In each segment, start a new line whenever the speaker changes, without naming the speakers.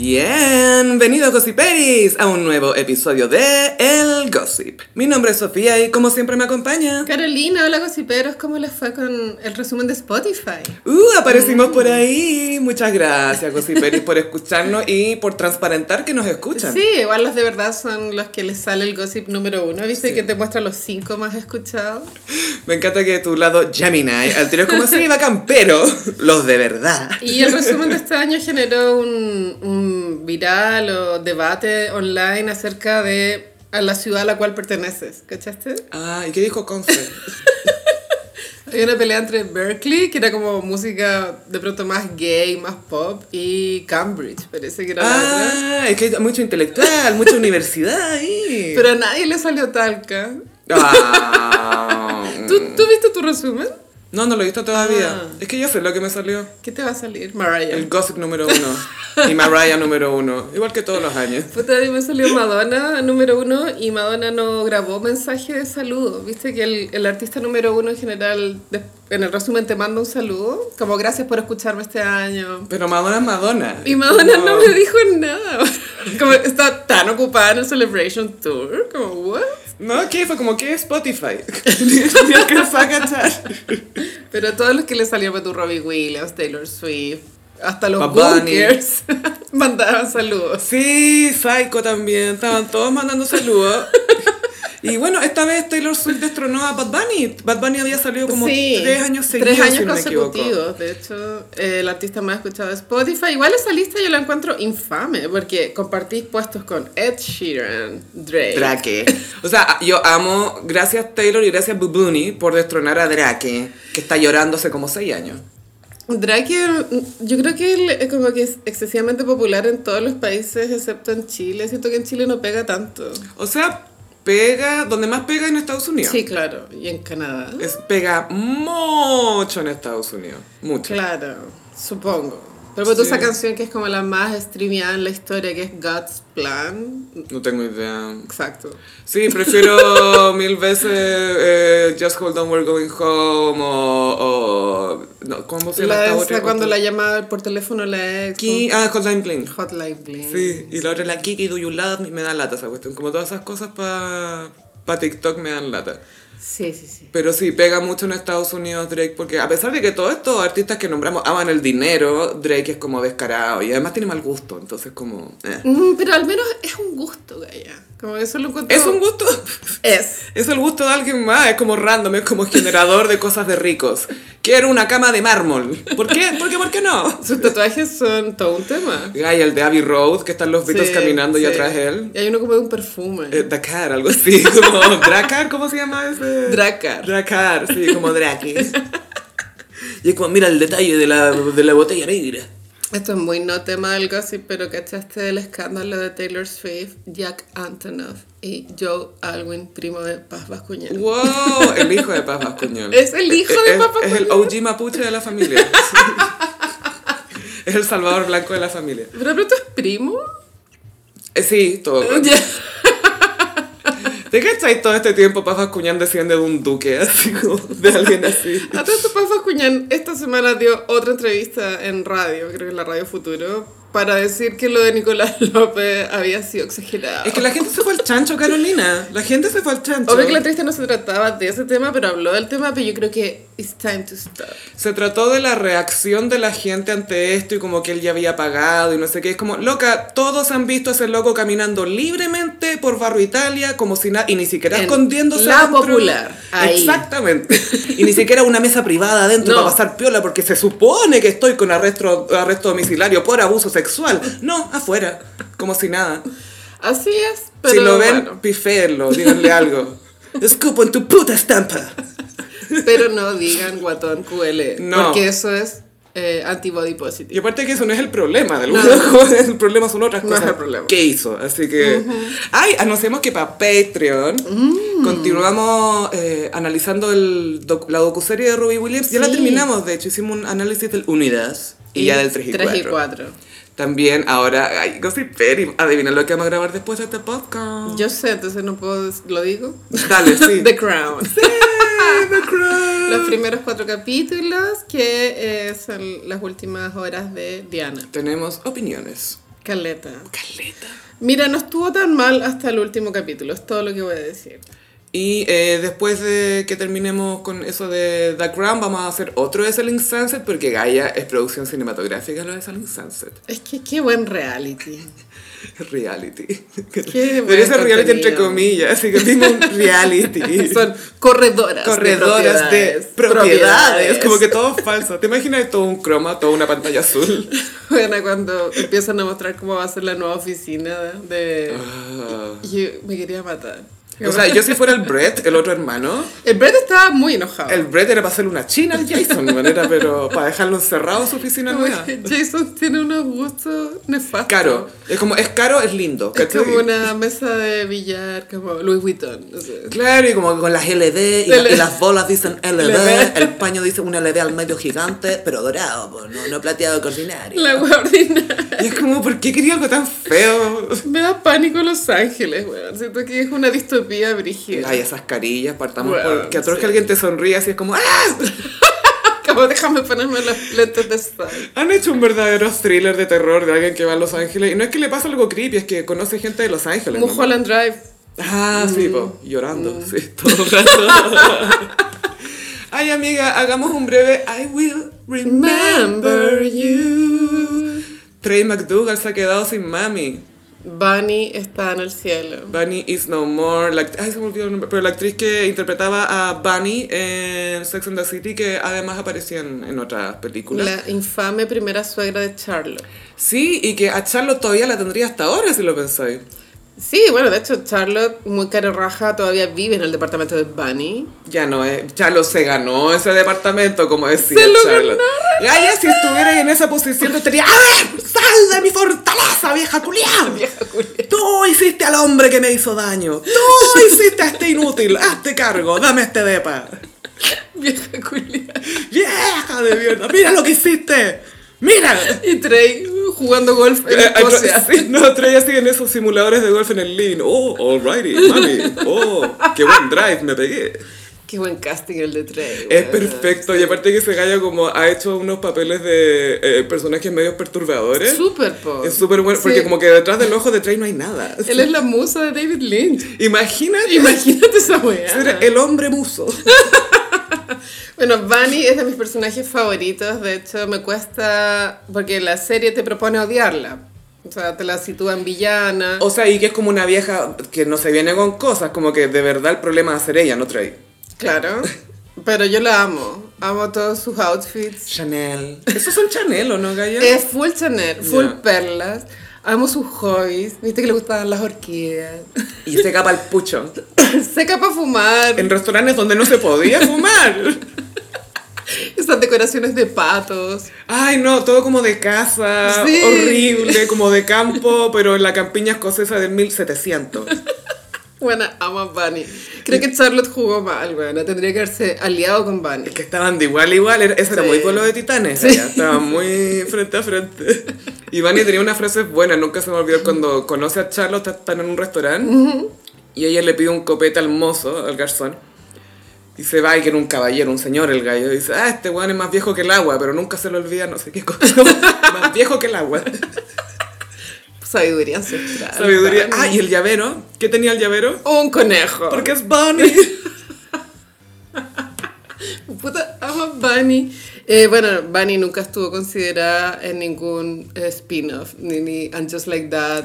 Bienvenidos Gossiperis a un nuevo episodio de El Gossip. Mi nombre es Sofía y como siempre me acompaña.
Carolina, hola gossiperos, ¿cómo les fue con el resumen de Spotify?
Uh, aparecimos por ahí. Muchas gracias Gossiperis por escucharnos y por transparentar que nos escuchan.
Sí, igual los de verdad son los que les sale el gossip número uno. ¿Viste
Sí.
que te muestra los cinco más escuchados?
Me encanta que de tu lado Gemini, al tiro es como así, bacán, pero los de verdad.
Y el resumen de este año generó un, un viral o debate online acerca de a la ciudad a la cual perteneces, ¿cachaste?
Ah, ¿y qué dijo Conce?
Había una pelea entre Berkeley, que era como música de pronto más gay, más pop, y Cambridge, parece que era la otra.
Ah, es que hay mucho intelectual, mucha universidad ahí.
Pero a nadie le salió talca.
Ah.
¿Tú, tú viste tu resumen?
No, no lo he visto todavía.
Ah.
Es que yo sé lo que me salió.
¿Qué te va a salir, Mariah?
El gossip número uno. Y Mariah número uno. Igual que todos los años.
Puta, a mí me salió Madonna número uno y Madonna no grabó mensaje de saludo. Viste que el, el artista número uno en general, de- en el resumen, te manda un saludo, como gracias por escucharme este año.
Pero Madonna es Madonna.
Y Madonna no,
Como-
me dijo nada. Como está tan ocupada en el Celebration Tour, como, ¿what?
No, ¿qué? Fue como que Spotify. Ni alcanzó a cachar.
Pero a todos los que le salieron, pues, tu Robbie Williams, Taylor Swift, hasta los
Bad Bunny.
Bunkers, mandaban saludos.
Sí, Psycho también. Estaban todos mandando saludos. Y bueno, esta vez Taylor Swift destronó a Bad Bunny. Bad Bunny había salido como
Sí,
tres años seguidos,
Tres años
si no me equivoco.
consecutivos, de hecho, eh, el artista más escuchado de Spotify. Igual esa lista yo la encuentro infame, porque compartís puestos con Ed Sheeran, Drake.
Drake. O sea, yo amo, gracias Taylor y gracias Bubuni por destronar a Drake, que está llorando hace como seis años.
Drake, mm, yo creo que él es como que es excesivamente popular en todos los países, excepto en Chile. Siento que en Chile no pega tanto.
O sea, pega, donde más pega en Estados Unidos.
Sí, claro, y en Canadá.
Es, pega mucho en Estados Unidos. Mucho.
Claro, supongo. Pero por tú
Sí.
esa canción que es como la más streameada en la historia, que es God's Plan.
No tengo idea.
Exacto.
Sí, prefiero mil veces eh, Just Hold On, We're Going Home o... o- no, ¿Cómo se llama
La
esta
esa
otra?
cuando la llamaba por teléfono la ex.
Ki- Ah, Hotline Bling.
Hotline Bling.
Sí, y la otra la Kiki, Do You Love Me, me da lata esa cuestión. Como todas esas cosas para pa TikTok me dan lata.
Sí, sí, sí.
Pero sí, pega mucho en Estados Unidos Drake, porque a pesar de que todos estos artistas que nombramos aman el dinero, Drake es como descarado y además tiene mal gusto, entonces como... eh.
Mm, pero al menos es un gusto, Gaya. Como eso lo encuentro.
Es un gusto,
Es.
es el gusto de alguien más, es como random, es como generador de cosas de ricos. Quiero una cama de mármol. ¿Por qué? ¿Por qué? ¿Por qué no?
Sus tatuajes son todo un tema.
Gay, el de Abbey Road, que están los Beatles
Sí,
caminando y
sí.
atrás él.
Y hay uno como de un perfume.
Eh, Dakar, algo así, como Dracar, ¿cómo se llama ese?
Dracar.
Dracar, sí, como Drake. Y es como, mira el detalle de la, de la botella negra.
Esto es muy no tema del gossip, pero ¿cachaste el escándalo de Taylor Swift, Jack Antonoff y Joe Alwyn, primo de Paz Vascuñán?
¡Wow! El hijo de Paz Vascuñol.
Es el hijo de
es,
Paz Vascuñol.
Es el OG mapuche de la familia. es el salvador blanco de la familia.
¿Pero de pronto es primo?
Eh, sí, todo.
Ya.
¿De qué estáis todo este tiempo Paz Vascuñán desciende de un duque, así como de alguien así?
A todo esto, Paz Bascuñán esta semana dio otra entrevista en radio, creo que en la Radio Futuro, para decir que lo de Nicolás López había sido exagerado.
Es que la gente se fue al chancho, Carolina. La gente se fue al chancho.
Obvio que la entrevista no se trataba de ese tema, pero habló del tema, pero yo creo que it's time to stop.
Se trató de la reacción de la gente ante esto y como que él ya había pagado y no sé qué. Es como, loca, todos han visto a ese loco caminando libremente por Barro Italia como si nada, y ni siquiera
En
escondiéndose.
la
adentro.
popular, ahí.
Exactamente. Y ni siquiera una mesa privada adentro
No.
para pasar piola porque se supone que estoy con arresto, arresto domiciliario por abuso sexual. No, afuera, como si nada.
Así es, pero
si lo ven,
bueno,
piféenlo, díganle algo. Escupo en tu puta estampa.
pero no digan guatón QL,
No.
porque eso es eh, antibody
Y
positive.
aparte que eso no es el problema del
No.
videojuego, el problema son otras
No
cosas
es el problema.
que hizo. Así que, ay, anunciamos que para Patreon
Mm.
continuamos eh, analizando el doc- la docuserie de Ruby Williams. Ya la
Sí.
terminamos, de hecho, hicimos un análisis del Unidas y, ya del 3 y 4.
3 y 4.
También ahora, ay, Gossiperi, adivina lo que vamos a grabar después de este podcast.
Yo sé, entonces no puedo, ¿lo digo?
Dale, sí.
The Crown.
Sí, The Crown.
Los primeros cuatro capítulos que eh, son las últimas horas de Diana.
Tenemos opiniones.
Caleta.
Caleta.
Mira, no estuvo tan mal hasta el último capítulo, es todo lo que voy a decir.
Y eh, después de que terminemos con eso de The Crown, vamos a hacer otro de Selling Sunset, porque Gaia es producción cinematográfica lo de Selling Sunset.
Es que qué buen reality.
Reality.
Qué
Debería ser
buen
reality
contenido.
entre comillas, así que tengo un reality.
Son corredoras. de
corredoras de propiedades.
propiedades.
Como que todo es falso. ¿Te imaginas todo un croma, toda una pantalla azul?
Bueno, cuando empiezan a mostrar cómo va a ser la nueva oficina de...
Ah.
Yo me quería matar.
O sea, yo si fuera el Brett, el otro hermano,
El Brett estaba muy enojado.
el Brett era para hacerle una china al Jason, de manera, pero para dejarlo encerrado en su oficina
Como
nueva.
que Jason tiene unos gustos nefastos.
Caro. Es como, es caro, es lindo.
Es
¿cachai?
como una mesa de billar, como Louis Vuitton. no sé.
Claro, y como que con las LD y,
LD.
Y las bolas dicen
LD.
LD, el paño dice un LD al medio gigante, pero dorado, po, no, no plateado que ordinario.
La wea ordinaria.
Y es como, ¿por qué quería algo tan feo?
Me da pánico Los Ángeles, weón. Siento que es una distopía brígida.
Ay, esas carillas, partamos
Bueno,
por... Que atroz
sí.
que alguien te sonríe así es como, ¡ah!
Como déjame ponerme los lentes de sol.
Han hecho un verdadero thriller de terror de alguien que va a Los Ángeles. Y no es que le pasa algo creepy, es que conoce gente de Los Ángeles. nomás.
Mulholland Drive.
Ah, sí, po, llorando, sí, todo el rato. Ay, amiga, hagamos un breve I will remember you. Trey McDougall se ha quedado sin mami.
Bunny está en el cielo.
Bunny is no more. La act- ay, se me olvidó el nombre. Pero la actriz que interpretaba a Bunny en Sex and the City, que además aparecía en, en otras películas.
La infame primera suegra de Charlotte.
Sí, y que a Charlotte todavía la tendría hasta ahora, si lo pensáis.
Sí, bueno, de hecho, Charlotte, muy cara raja, todavía vive en el departamento de Bunny.
Ya no es. Charlotte se ganó ese departamento, como decía
Se lo
Charlotte. Ya, ya, si estuviera en esa posición, te estaría. ¡A ver!
¡Sal de mi fortaleza, vieja culiada!
Tú hiciste al hombre que me hizo daño. Tú hiciste a este inútil. Hazte cargo. Dame este depa.
Vieja culia.
¡Vieja de mierda! ¡Mira lo que hiciste! ¡Mira!
Y Trey jugando golf en
Eh,
Escocia.
atro- sí, Eh, no, traía así en esos simuladores de golf en el lean. Oh, alrighty, mami. Oh, qué buen drive me pegué.
Qué buen casting el de Trey.
Es
weona.
perfecto. Y aparte que se Gaya como ha hecho unos papeles de eh, personajes medio perturbadores.
Súper, po.
es súper bueno,
Sí.
porque como que detrás del ojo de Trey no hay nada.
Él es la musa de David Lynch.
Imagínate
Imagínate esa weá.
ser el hombre muso.
Bueno, Bunny es de mis personajes favoritos. De hecho, me cuesta. Porque la serie te propone odiarla. O sea, te la sitúan villana.
O sea, y que es como una vieja que no se viene con cosas, como que de verdad el problema es ser ella, no Trey.
Claro. Pero yo la amo. Amo todos sus outfits.
Chanel. Esos son Chanel, ¿o no, Gaya?
Es full Chanel, full
Ya.
perlas. Amo sus hobbies. Viste que le gustaban las orquídeas.
Y se capa el pucho.
Seca para fumar.
En restaurantes donde no se podía fumar.
Esas decoraciones de patos.
Ay, no, todo como de casa,
Sí.
horrible, como de campo, pero en la campiña escocesa del 1700.
Bueno, amo a Bunny. Creo que Charlotte jugó mal, bueno. Tendría que haberse aliado con Bunny.
Es que estaban de igual a igual, era- ese era
Sí.
muy pueblo de titanes, allá, estaban muy frente a frente. Y Vani tenía unas frases buenas, nunca se me olvidó cuando conoce a Charlotte, está- están en un restaurante y ella le pide un copete al mozo, al garzón. Y se va y que era un caballero, un señor el gallo. Y dice, ah, este weón es más viejo que el agua, pero nunca se lo olvida, no sé qué cosa. más viejo que el agua.
Sabiduría ancestral.
Sabiduría.
Bunny.
Ah, y el llavero. ¿Qué tenía el llavero?
Un conejo.
Porque es Bunny.
Puta, amo a Bunny. Eh, bueno, Bunny nunca estuvo considerada en ningún eh, spin-off, ni, ni And Just Like That,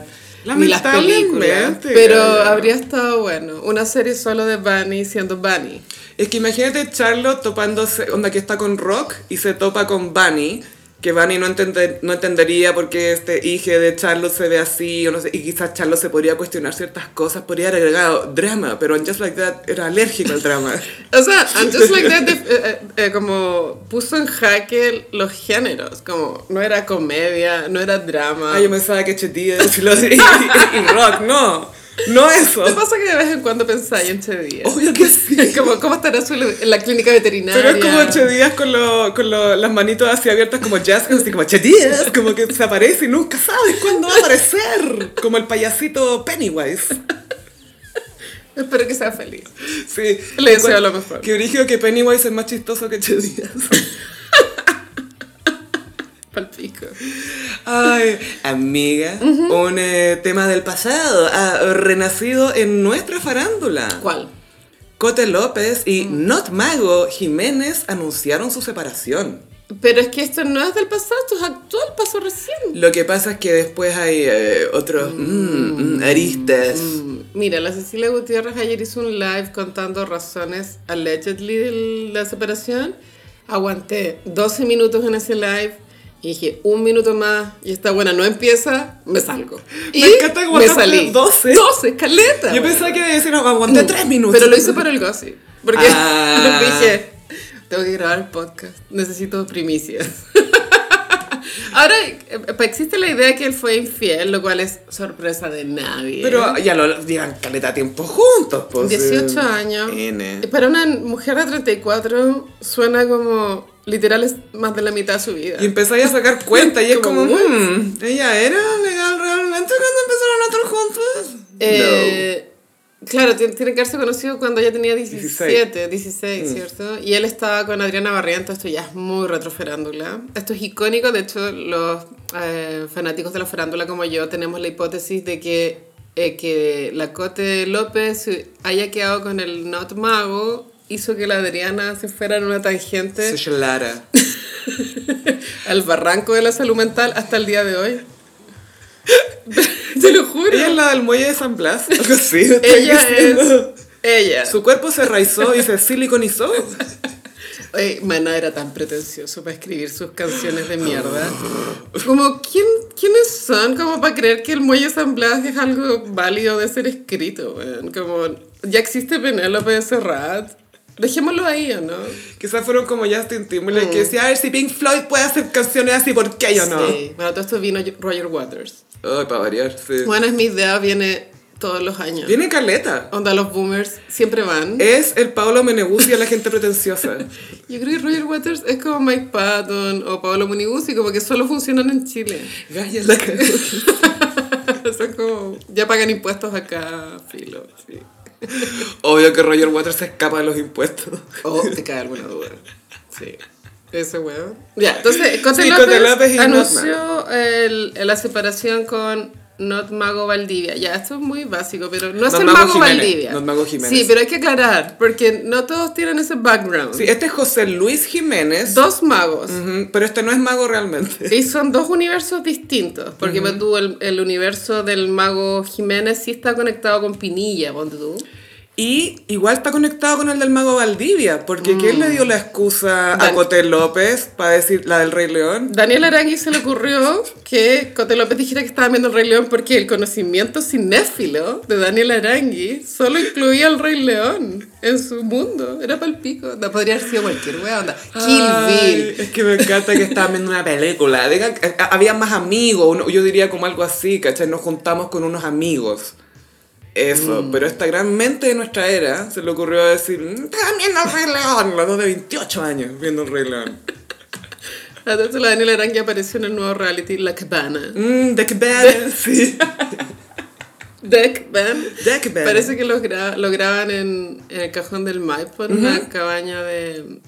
ni las películas.
Lamentablemente,
Pero
Gaia.
habría estado bueno. Una serie solo de Bunny siendo Bunny.
Es que imagínate Charlotte topándose, onda que está con Rock y se topa con Bunny, que Bunny no, entender, no entendería por qué este hijo de Charlotte se ve así, o no sé, y quizás Charlotte se podría cuestionar ciertas cosas, podría haber agregado drama, pero en Just Like That era alérgico al drama.
O sea, And Just Like That eh, eh, eh, como puso en jaque los géneros. Como no era comedia, no era drama.
Ah, yo pensaba que Chetía y, los- y- y- y Rock, no, no eso.
¿Te pasa que de vez en cuando pensáis en Che Díaz?
Obvio que sí.
Como, ¿Cómo estará su, en la clínica veterinaria?
Pero es como Che Díaz con, lo- con lo- las manitos así abiertas como jazz, así como Che Díaz, como que se aparece y nunca sabes cuándo va a aparecer, como el payasito Pennywise.
Espero que sea feliz.
Sí.
Le deseo lo mejor.
Que brígido que Pennywise es más chistoso que Che Díaz.
Palpico.
Ay,
Amiga, un eh, tema del pasado, ha renacido en nuestra farándula.
¿Cuál?
Cote López y
Mm.
Not Mago Jiménez anunciaron su separación.
Pero es que esto no es del pasado, esto es actual, pasó recién.
Lo que pasa es que después hay eh, otros mm, mm, aristas.
Mira, la Cecilia Gutiérrez ayer hizo un live contando razones allegedly de la separación. Aguanté 12 minutos en ese live y dije, un minuto más y esta buena no empieza, me salgo.
Me
y
encanta que aguantaste 12.
12, caleta.
Yo pensaba que iba a decir, no, aguanté tres minutos.
Pero lo hice para el gossip. Porque
Ah.
dije, tengo que grabar el podcast, necesito primicias. Ahora eh, existe la idea que él fue infiel, lo cual es sorpresa de nadie.
Pero ya lo llevan caleta tiempo juntos, pues.
18
eh,
años.
N.
Para una mujer de 34 suena como literal es más de la mitad de su vida.
Y empezáis a sacar cuenta y es como,
Como,
"Mm, ella era legal realmente cuando empezaron a estar juntos.
Eh, Claro, tien- tiene que haberse conocido cuando ella tenía 17, 16,
Mm.
¿cierto? Y él estaba con Adriana Barriento, esto ya es muy retroferándula. Esto es icónico, de hecho los eh, fanáticos de la farándula como yo tenemos la hipótesis de que, eh, que la Cote López haya quedado con el Not Mago, hizo que la Adriana se fuera en una
No.
tangente.
Se gelara.
al barranco de la salud mental hasta el día de hoy. Te lo juro.
Ella es la del muelle de San Blas. Algo así, estoy
Ella es.
diciendo.
Ella.
Su cuerpo se raizó y se siliconizó.
Oye, Maná era tan pretencioso para escribir sus canciones de mierda. Como, ¿quién, ¿quiénes son como para creer que el muelle San Blas es algo válido de ser escrito? weón? Como, ya existe Penélope de Serrat. Dejémoslo ahí, ¿o no?
Quizás fueron como Justin Timberlake
Mm.
que decía, a ver si Pink Floyd puede hacer canciones así, ¿por qué yo no?
Sí. Bueno, todo esto vino Roger Waters.
Ay, para variar, sí.
Bueno, es mi idea, viene todos los años.
Viene Eh. Caleta.
Onda, los boomers siempre van.
Es el Pablo Meneguzzi a la gente pretenciosa.
Yo creo que Roger Waters es como Mike Patton o Paolo Muniguzzi, como que solo funcionan en Chile.
Gaya la cagó.
Son como, ya pagan impuestos acá, filo. Sí.
Obvio que Roger Waters se escapa de los impuestos.
O te cae alguna duda. Sí. Ese huevo. Ya, entonces, Cote
Sí,
López,
Cote López y
anunció el- la separación con Not Mago Valdivia. Ya, esto es muy básico, pero no es
Not
el
Mago
Mago
Jiménez,
Valdivia.
Not Mago Jiménez.
Sí, pero hay que aclarar, porque no todos tienen ese background.
Sí, este es José Luis Jiménez.
Dos magos.
Ujú, Pero este no es mago realmente.
Y son dos universos distintos, porque ponte tú, el, el universo del mago Jiménez sí está conectado con Pinilla, ponte tú.
Y igual está conectado con el del mago Valdivia, porque ¿quién le dio la excusa a
Dan-
Cote López para decir la del Rey León?
Daniel Arangui se le ocurrió que Cote López dijera que estaba viendo el Rey León porque el conocimiento cinéfilo de Daniel Arangui solo incluía al Rey León en su mundo. Era palpico. No, podría haber sido cualquier wea, onda. Kill
Ay,
Bill.
es que me encanta que estaban viendo una película. Diga, eh, había más amigos, uno- yo diría como algo así, ¿cachai? Nos juntamos con unos amigos. Eso,
Mm.
pero esta gran mente de nuestra era se le ocurrió decir, "Mm, estaban viendo el Rey León, los dos de 28 años viendo el Rey León.
Entonces la Daniel Arangui apareció en el nuevo reality La Cabana.
Mmm, The Cabana, sí.
Deck Band.
The Cabana.
Parece que los gra- lo graban en, en el cajón del Maipo, en una cabaña de.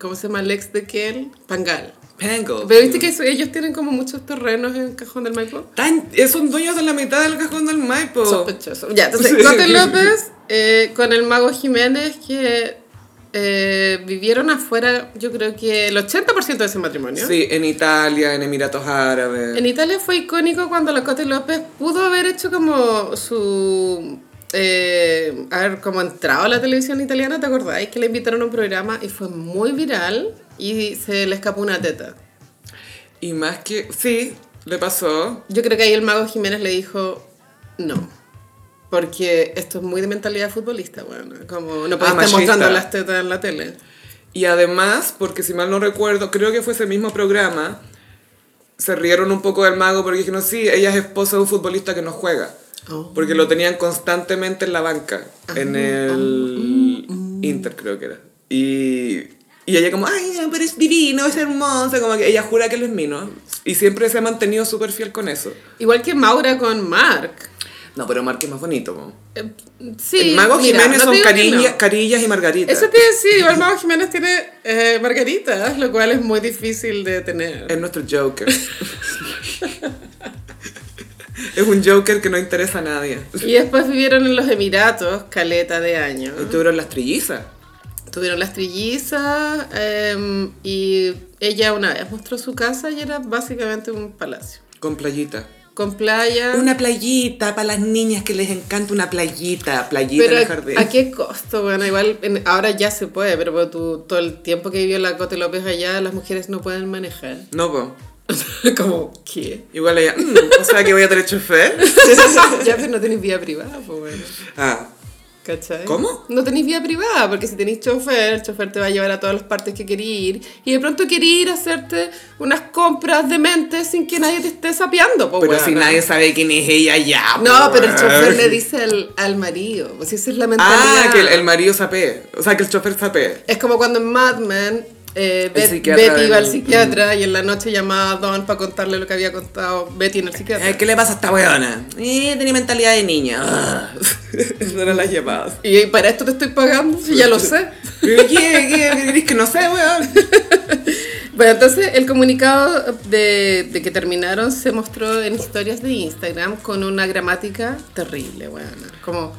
¿Cómo se llama? Lex de Kiel, Pangal.
Pango.
Pero viste que eso- ellos tienen como muchos terrenos en el cajón del Maipo.
Tan- eh, son dueños de la mitad del cajón del Maipo.
Sospechoso. Ya, entonces,
Sí.
Cote López eh, con el mago Jiménez que eh, vivieron afuera, yo creo que el 80% de ese matrimonio.
Sí, en Italia, en Emiratos Árabes.
En Italia fue icónico cuando la Cote López pudo haber hecho como su... eh, haber como entrado a la televisión italiana, ¿te acordáis? Que le invitaron a un programa y fue muy viral y se le escapó una teta.
Y más que... Sí, le pasó.
Yo creo que ahí el mago Jiménez le dijo no. Porque esto es muy de mentalidad futbolista, bueno. Como no podés estar
Ah, machista.
mostrando las tetas en la tele.
Y además, porque si mal no recuerdo, creo que fue ese mismo programa, se rieron un poco del mago porque dijeron, sí, ella es esposa de un futbolista que no juega.
Oh.
Porque lo tenían constantemente en la banca,
Ah.
en el Inter creo que era. Y, y ella como, ay, no, pero es divino, es hermoso, como que ella jura que él es mío. Y siempre se ha mantenido súper fiel con eso.
Igual que Maura con Mark.
No, pero Mark es más bonito, po.
Eh, sí,
el Mago
mira,
Jiménez
no
son
digo que
Carilla-
no.
Carillas y Margaritas.
Eso te iba a decir, igual Mago Jiménez tiene eh, margaritas, lo cual es muy difícil de tener.
Es nuestro Joker. es un Joker que no interesa a nadie.
Y después vivieron en los Emiratos, caleta de años.
Y tuvieron las trillizas.
Tuvieron las trillizas em, y ella una vez mostró su casa y era básicamente un palacio.
Con playita.
Con playa.
Una playita para las niñas que les encanta una playita, playita
pero
en el
a-
jardín.
a, qué costo? Bueno, igual en- ahora ya se puede, pero pues tú- todo el tiempo que vivió la Cote López allá, las mujeres no pueden manejar.
No, po.
Como, ¿qué?
Igual ella. "Mm, o sea que voy a tener chofer.
ya, pero no tenéis vida privada, pues bueno.
Ah,
¿Cachai?
¿Cómo?
No tenéis vida privada, porque si tenéis chofer, el chofer te va a llevar a todas las partes que querís ir. Y de pronto querís ir a hacerte unas compras de mente sin que nadie te esté sapeando,
Oh,
pues
pero
weona.
si nadie sabe quién es ella ya.
No,
po,
pero el chofer
weón.
le dice al, al marido. Pues esa es la mentalidad.
Ah, que el, el marido sapee. O sea que el chofer sapee.
Es como cuando en Mad Men eh, Bet-
psiquiatra
Betty iba
del-
al psiquiatra y en la noche llamaba a Don para contarle lo que había contado Betty en el psiquiatra.
Eh, ¿Qué le pasa a esta weona? Eh, tenía mentalidad de niña. Ah.
Esas eran las llamadas.
Y para esto te estoy pagando, si ya lo sé.
Pero, ¿Qué? ¿Qué? ¿Qué querés que no sé, weón?
Bueno, entonces el comunicado de, de que terminaron se mostró en historias de Instagram con una gramática terrible, weón. Como,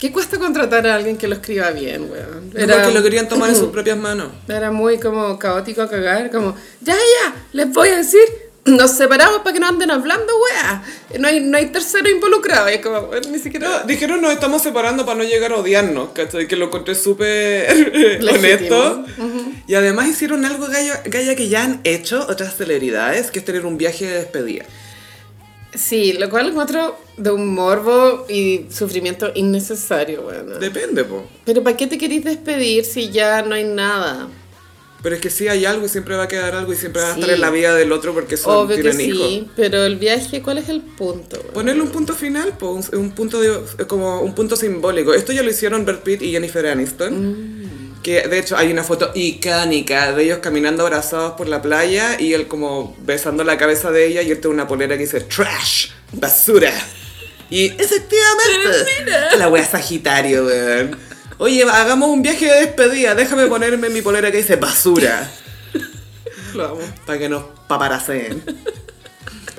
¿qué cuesta contratar a alguien que lo escriba bien, weón?
No, Porque lo querían tomar en sus propias manos.
Era muy como caótico a cagar, como, ya, ya, les voy a decir, nos separamos para que no anden hablando, weá. No hay, no hay tercero involucrado. Y es como, bueno, ni
No,
siquiera...
dijeron nos estamos separando para no llegar a odiarnos, ¿cachai? Que lo encontré súper honesto. Y además hicieron algo, Gaya, Gaya, que ya han hecho otras celebridades, que es tener un viaje de despedida.
Sí, lo cual encuentro de un morbo y sufrimiento innecesario, weón.
Depende, po.
Pero ¿para qué te querís despedir si ya no hay nada?
Pero es que sí hay algo y siempre va a quedar algo y siempre van a
Sí.
estar en la vida del otro porque son,
Obvio que
tienen hijos.
sí, pero el viaje, ¿cuál es el punto? güey?
Ponerle un punto final, po, un, un punto de- como un punto simbólico. Esto ya lo hicieron Brad Pitt y Jennifer Aniston. Que de hecho hay una foto icónica de ellos caminando abrazados por la playa y él como besando la cabeza de ella y él tiene una polera que dice trash, basura.
Y efectivamente. La wea Sagitario, weón.
Oye, hagamos un viaje de despedida, déjame ponerme mi polera que dice basura
Lo amo.
para que nos paparacen.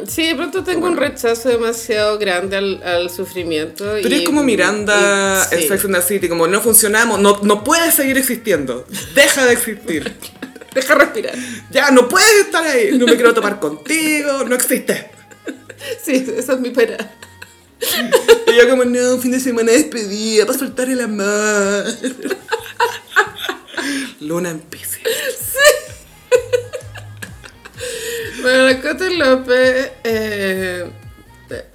Sí, de pronto tengo un rechazo demasiado grande al, al sufrimiento.
Pero
y-
es como Miranda
y-
en
sí.
Sex and the City, como no funcionamos, no, no puedes seguir existiendo, deja de existir.
Deja respirar.
Ya, no puedes estar ahí. No me quiero topar contigo. No existe.
Sí, esa es mi pena.
Y yo como, no, un fin de semana de despedida para soltar el amor. Luna en Pisces.
Bueno, la Cote López, eh,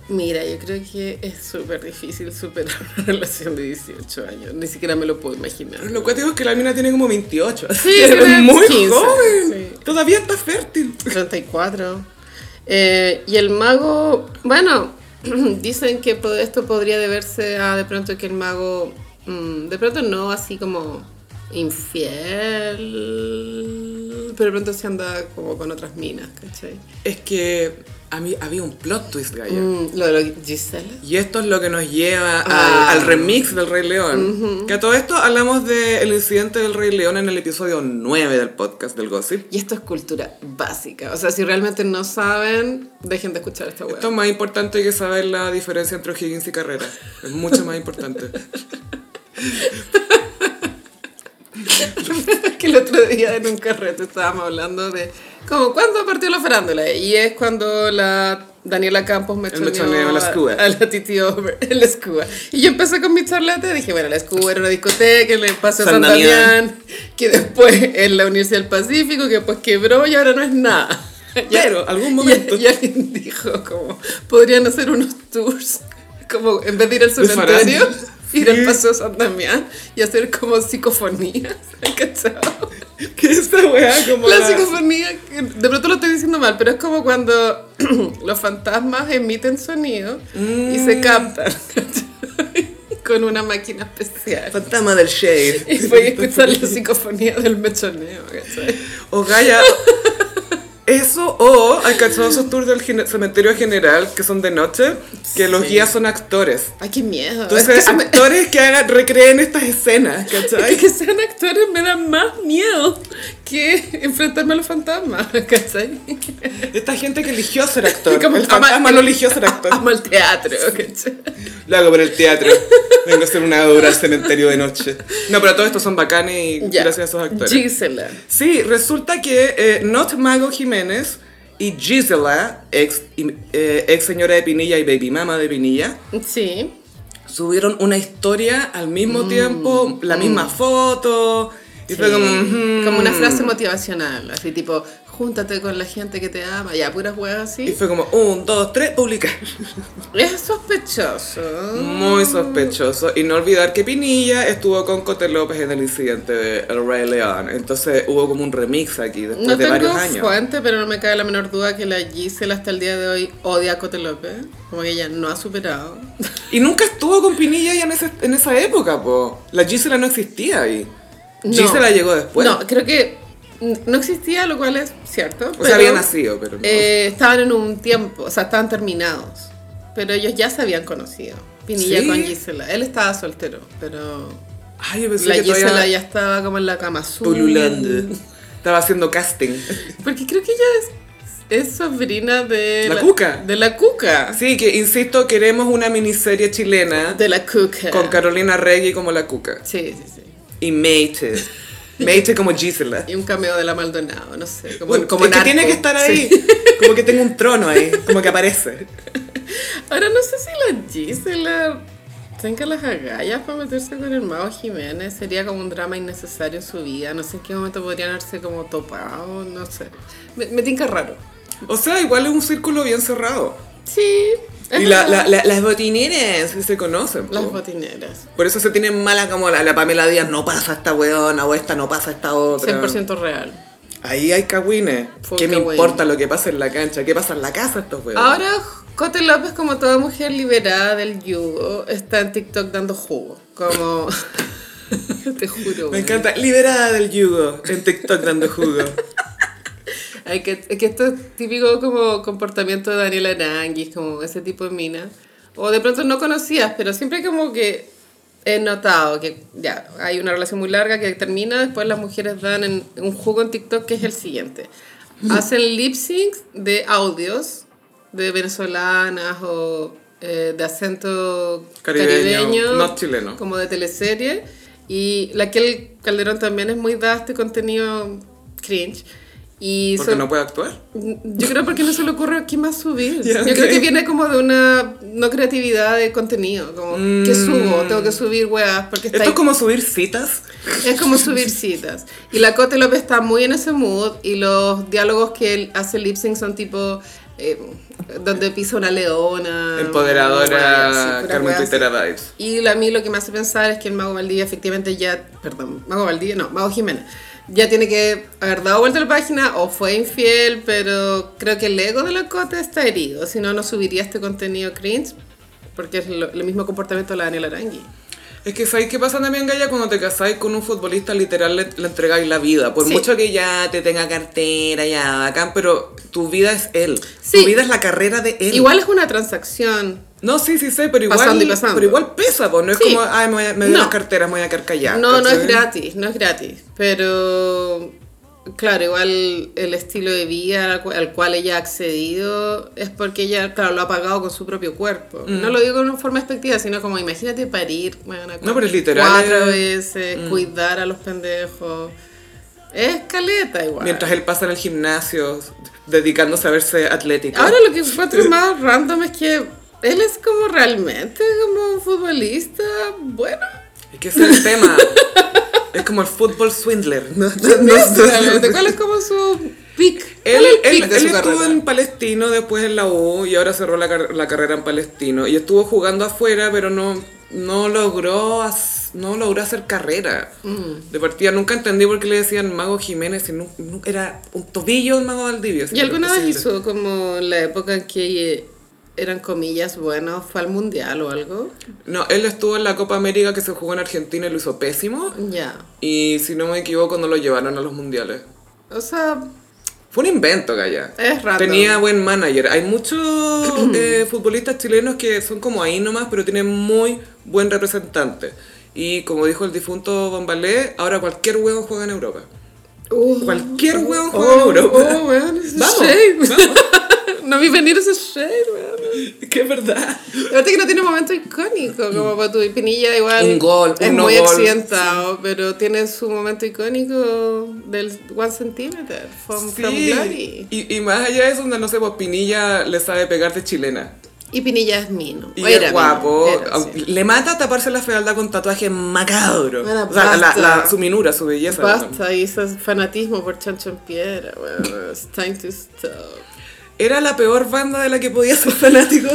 mira, yo creo que es súper difícil superar una relación de 18 años. Ni siquiera me lo puedo imaginar.
Lo cuático es que la mina tiene como 28.
Sí,
es
tiene
muy
15,
joven.
sí.
Todavía está fértil.
34. Eh, y el mago, bueno, dicen que po- esto podría deberse a de pronto que el mago, mm, de pronto no así como infiel, pero de pronto se anda como con otras minas, ¿cachai?
Es que a mí había un plot twist, Gaya.
Mm, lo de lo- Gisela.
Y esto es lo que nos lleva al,
Ah.
al remix del Rey León. Que a todo esto hablamos del incidente del Rey León en el episodio 9 del podcast del Gossip.
Y esto es cultura básica. O sea, si realmente no saben, dejen de escuchar esta
Esto es
web.
más importante que saber la diferencia entre O'Higgins y Carrera. Es mucho más importante.
que el otro día en un carrete estábamos hablando de como cuándo partió la farándula y es cuando la Daniela Campos me
mechoneo, la
a,
escuba.
a la Titi Over, la escuba. Y yo empecé con mi charlata y dije, bueno, la escuba era una discoteca, que le pasó a
San
San
Damián.
Damián, que después es la Universidad del Pacífico, que después quebró y ahora no es nada. Y-
Pero, algún momento.
Y, y alguien dijo como, podrían hacer unos tours, como en vez de ir al
De
cementerio,
farándula.
ir al
Sí.
Paseo San Damián y hacer como psicofonías, ¿cachado?
¿Qué es esta weá? Como
La
la-
psicofonía, que de pronto lo estoy diciendo mal, pero es como cuando los fantasmas emiten sonido y se captan ¿cachai? con una máquina especial.
Fantasma del Shade.
Y voy a escuchar la psicofonía del mechoneo, ¿cachai?
O Gaia. eso o hay cachado esos tours del gene- cementerio general que son de noche, que los
Sí.
guías son actores.
Ay, qué miedo.
Entonces,
es que, me-
actores que hagan- recreen estas escenas,
es
¿cachai?
que sean actores me da más miedo que enfrentarme a los fantasmas, ¿cachai?
Esta gente que eligió ser actor.
Como
el
ama-
fantasma no eligió ser actor.
Amo el teatro, ¿cachai?
Lo hago por el teatro. Vengo a hacer una obra al cementerio de noche. No, pero todos estos son bacanes y
Ya.
gracias a esos actores.
Gisela.
Sí, resulta que eh, Not Mago Jiménez y Gisela, ex, y- eh, ex señora de Pinilla y baby mama de Pinilla,
Sí.
subieron una historia al mismo
Mm,
tiempo, la misma foto. Y fue
Sí.
como. mm. ujú.
Como una frase motivacional, así tipo, júntate con la gente que te ama, ya puras huevas
Y
así.
fue como, un, dos, tres, publicar.
Es sospechoso.
Muy sospechoso. Y no olvidar que Pinilla estuvo con Cote López en el incidente de El Rey León. Entonces hubo como un remix aquí después
No
de
tengo
varios años.
fuente, pero no me cabe la menor duda que la Gisela hasta el día de hoy odia a Cote López, como que ella no ha superado.
Y nunca estuvo con Pinilla ya en, ese- en esa época, po. La Gisela no existía ahí.
No.
Gisela llegó después.
No, creo que n- no existía, lo cual es cierto.
o sea, había nacido, pero no.
eh, estaban en un tiempo, o sea, estaban terminados, pero ellos ya se habían conocido. Pinilla
¿Sí?
con Gisela. Él estaba soltero, pero
Ay, yo pensé
La
que
Gisela
todavía
ya estaba como en la cama azul.
pululando. Estaba haciendo casting.
Porque creo que ella es, es sobrina de...
La Cuca.
De la Cuca.
Sí, que insisto, queremos una miniserie chilena
De la Cuca.
con Carolina Reggi como la cuca.
Sí, sí, sí.
Y Meite. Meite como Gisela.
Y un cameo de la Maldonado, no sé. Como,
Bueno,
como
es que
narco.
tiene que estar ahí.
Sí.
Como que tengo un trono ahí. Como que aparece.
Ahora no sé si la Gisela tenga las agallas para meterse con el mago Jiménez. Sería como un drama innecesario en su vida. No sé en qué momento podrían haberse como topado, no sé. Me, me tinca raro.
O sea, igual es un círculo bien cerrado.
Sí. es
Y la-
verdad.
la- la- las botineras sí se conocen. po.
Las botineras.
Por eso se tienen mala como la, la Pamela Díaz, no pasa esta weona o esta no pasa esta otra.
100% real.
Ahí hay cagüines.
Full
¿Qué me
cagüines.
importa lo que pasa en la cancha? ¿Qué pasa en la casa estos weones?
Ahora Cote López, como toda mujer liberada del yugo, está en TikTok dando jugo. Como. Te juro.
Me
güey.
encanta. Liberada del yugo. En TikTok dando jugo.
Ay, que, es que esto es típico como comportamiento de Daniela Aranguis, como ese tipo de mina. O de pronto no conocías, pero siempre como que he notado que ya hay una relación muy larga que termina, después las mujeres dan en- un jugo en TikTok que es el siguiente. Hacen lip syncs de audios de venezolanas o eh, de acento
Caribeño,
caribeño,
no chileno.
como de teleserie. Y la que el Calderón también es muy da este contenido cringe. Y
Porque
son-
no puede actuar.
yo creo porque no se le ocurre qué más subir.
Ya,
Yo
ok.
creo que viene como de una no creatividad de contenido, como ¿qué subo? Tengo que subir weas porque está
Mm. Esto es
ahí-
como subir citas.
es como subir citas. Y la Cote López está muy en ese mood y los diálogos que él hace lip sync son tipo eh, donde pisa una
Ah,
leona. una wea así,
Empoderadora
pura
Carmen
wea así.
Twittera Vibes.
Y la- a mí lo que me hace pensar es que el Mago Valdivia efectivamente ya, perdón, Mago Valdivia, no, Mago Jiménez, ya tiene que haber dado vuelta a la página o fue infiel, pero creo que el ego de la Cota está herido, si no, no subiría este contenido cringe, porque es lo, el mismo comportamiento de la Daniela Arangui.
Es que sabéis qué pasa también, Gaya, cuando te casáis con un futbolista, literal le, le entregáis la vida. Por
Sí.
mucho que ya te tenga cartera, ya bacán, pero tu vida es él.
Sí.
Tu vida es la carrera de él.
Igual es una transacción,
No, sí, sí sé, pero igual,
Pasando y pasando.
Pero igual pesa, pues no es
Sí.
como, ay, me, voy a- me doy
No.
las carteras, me voy a carcallar.
No, no
¿cachai?
es gratis, no es gratis. Pero, claro, igual el estilo de vida al cu- al cual ella ha accedido es porque ella, claro, lo ha pagado con su propio cuerpo. No lo digo de una forma expectiva, sino como imagínate parir, weona,
Mm. No,
cu-
pero es literal,
Cuatro
eh.
veces, cuidar a los pendejos. Es caleta igual.
Mientras él pasa en el gimnasio, dedicándose a verse atlético.
Ahora lo que encuentro más random es que él es como realmente como un futbolista bueno.
Es que ese es el tema. es como el fútbol swindler. No, no, no, no.
Realmente, ¿Cuál es como su pick? ¿Cuál
Él,
es el
él-
pick de
él
su
estuvo
carrera?
en Palestino, después en la U, y ahora cerró la, car- la carrera en Palestino. Y estuvo jugando afuera, pero no, no, logró, hac- no logró hacer carrera.
Mm.
De partida, nunca entendí por qué le decían Mago Jiménez, y nu- nu- era un tobillo el Mago Valdivia.
¿Y alguna vez
imposible.
hizo como la época en que eh, eran comillas buenas, fue al mundial o algo?
No, él estuvo en la Copa América que se jugó en Argentina y lo hizo pésimo.
Ya.
Y si no me equivoco, no lo llevaron a los mundiales.
O sea,
Fue un invento, Gaya.
Es random.
Tenía buen manager. Hay muchos eh, futbolistas chilenos que son como ahí nomás, pero tienen muy buen representante. Y como dijo el difunto Bombalé, ahora cualquier huevo juega en Europa. Cualquier huevo juega en Europa.
Oh, weón, ese
Vamos,
shade. no vi venir ese shade, weón.
Que es verdad.
Aparte que no tiene momento icónico, como para tu Pinilla igual.
Un gol,
Es
un no
muy
gol.
accidentado, pero tiene su momento icónico del one centimeter, from, from
Sí.
glory.
Y, y más allá de eso, no sé, pues Pinilla le sabe pegar de chilena.
Y Pinilla es mino.
Y
o
es
era
guapo.
mino, era,
aunque-
sí.
Le mata taparse la fealdad con tatuajes macabros.
Bueno,
o sea, la,
basta.
la- su minura, su belleza.
Basta, y ese fanatismo por Chancho en Piedra, weón. It's time to stop.
Era la peor banda de la que podía ser fanático.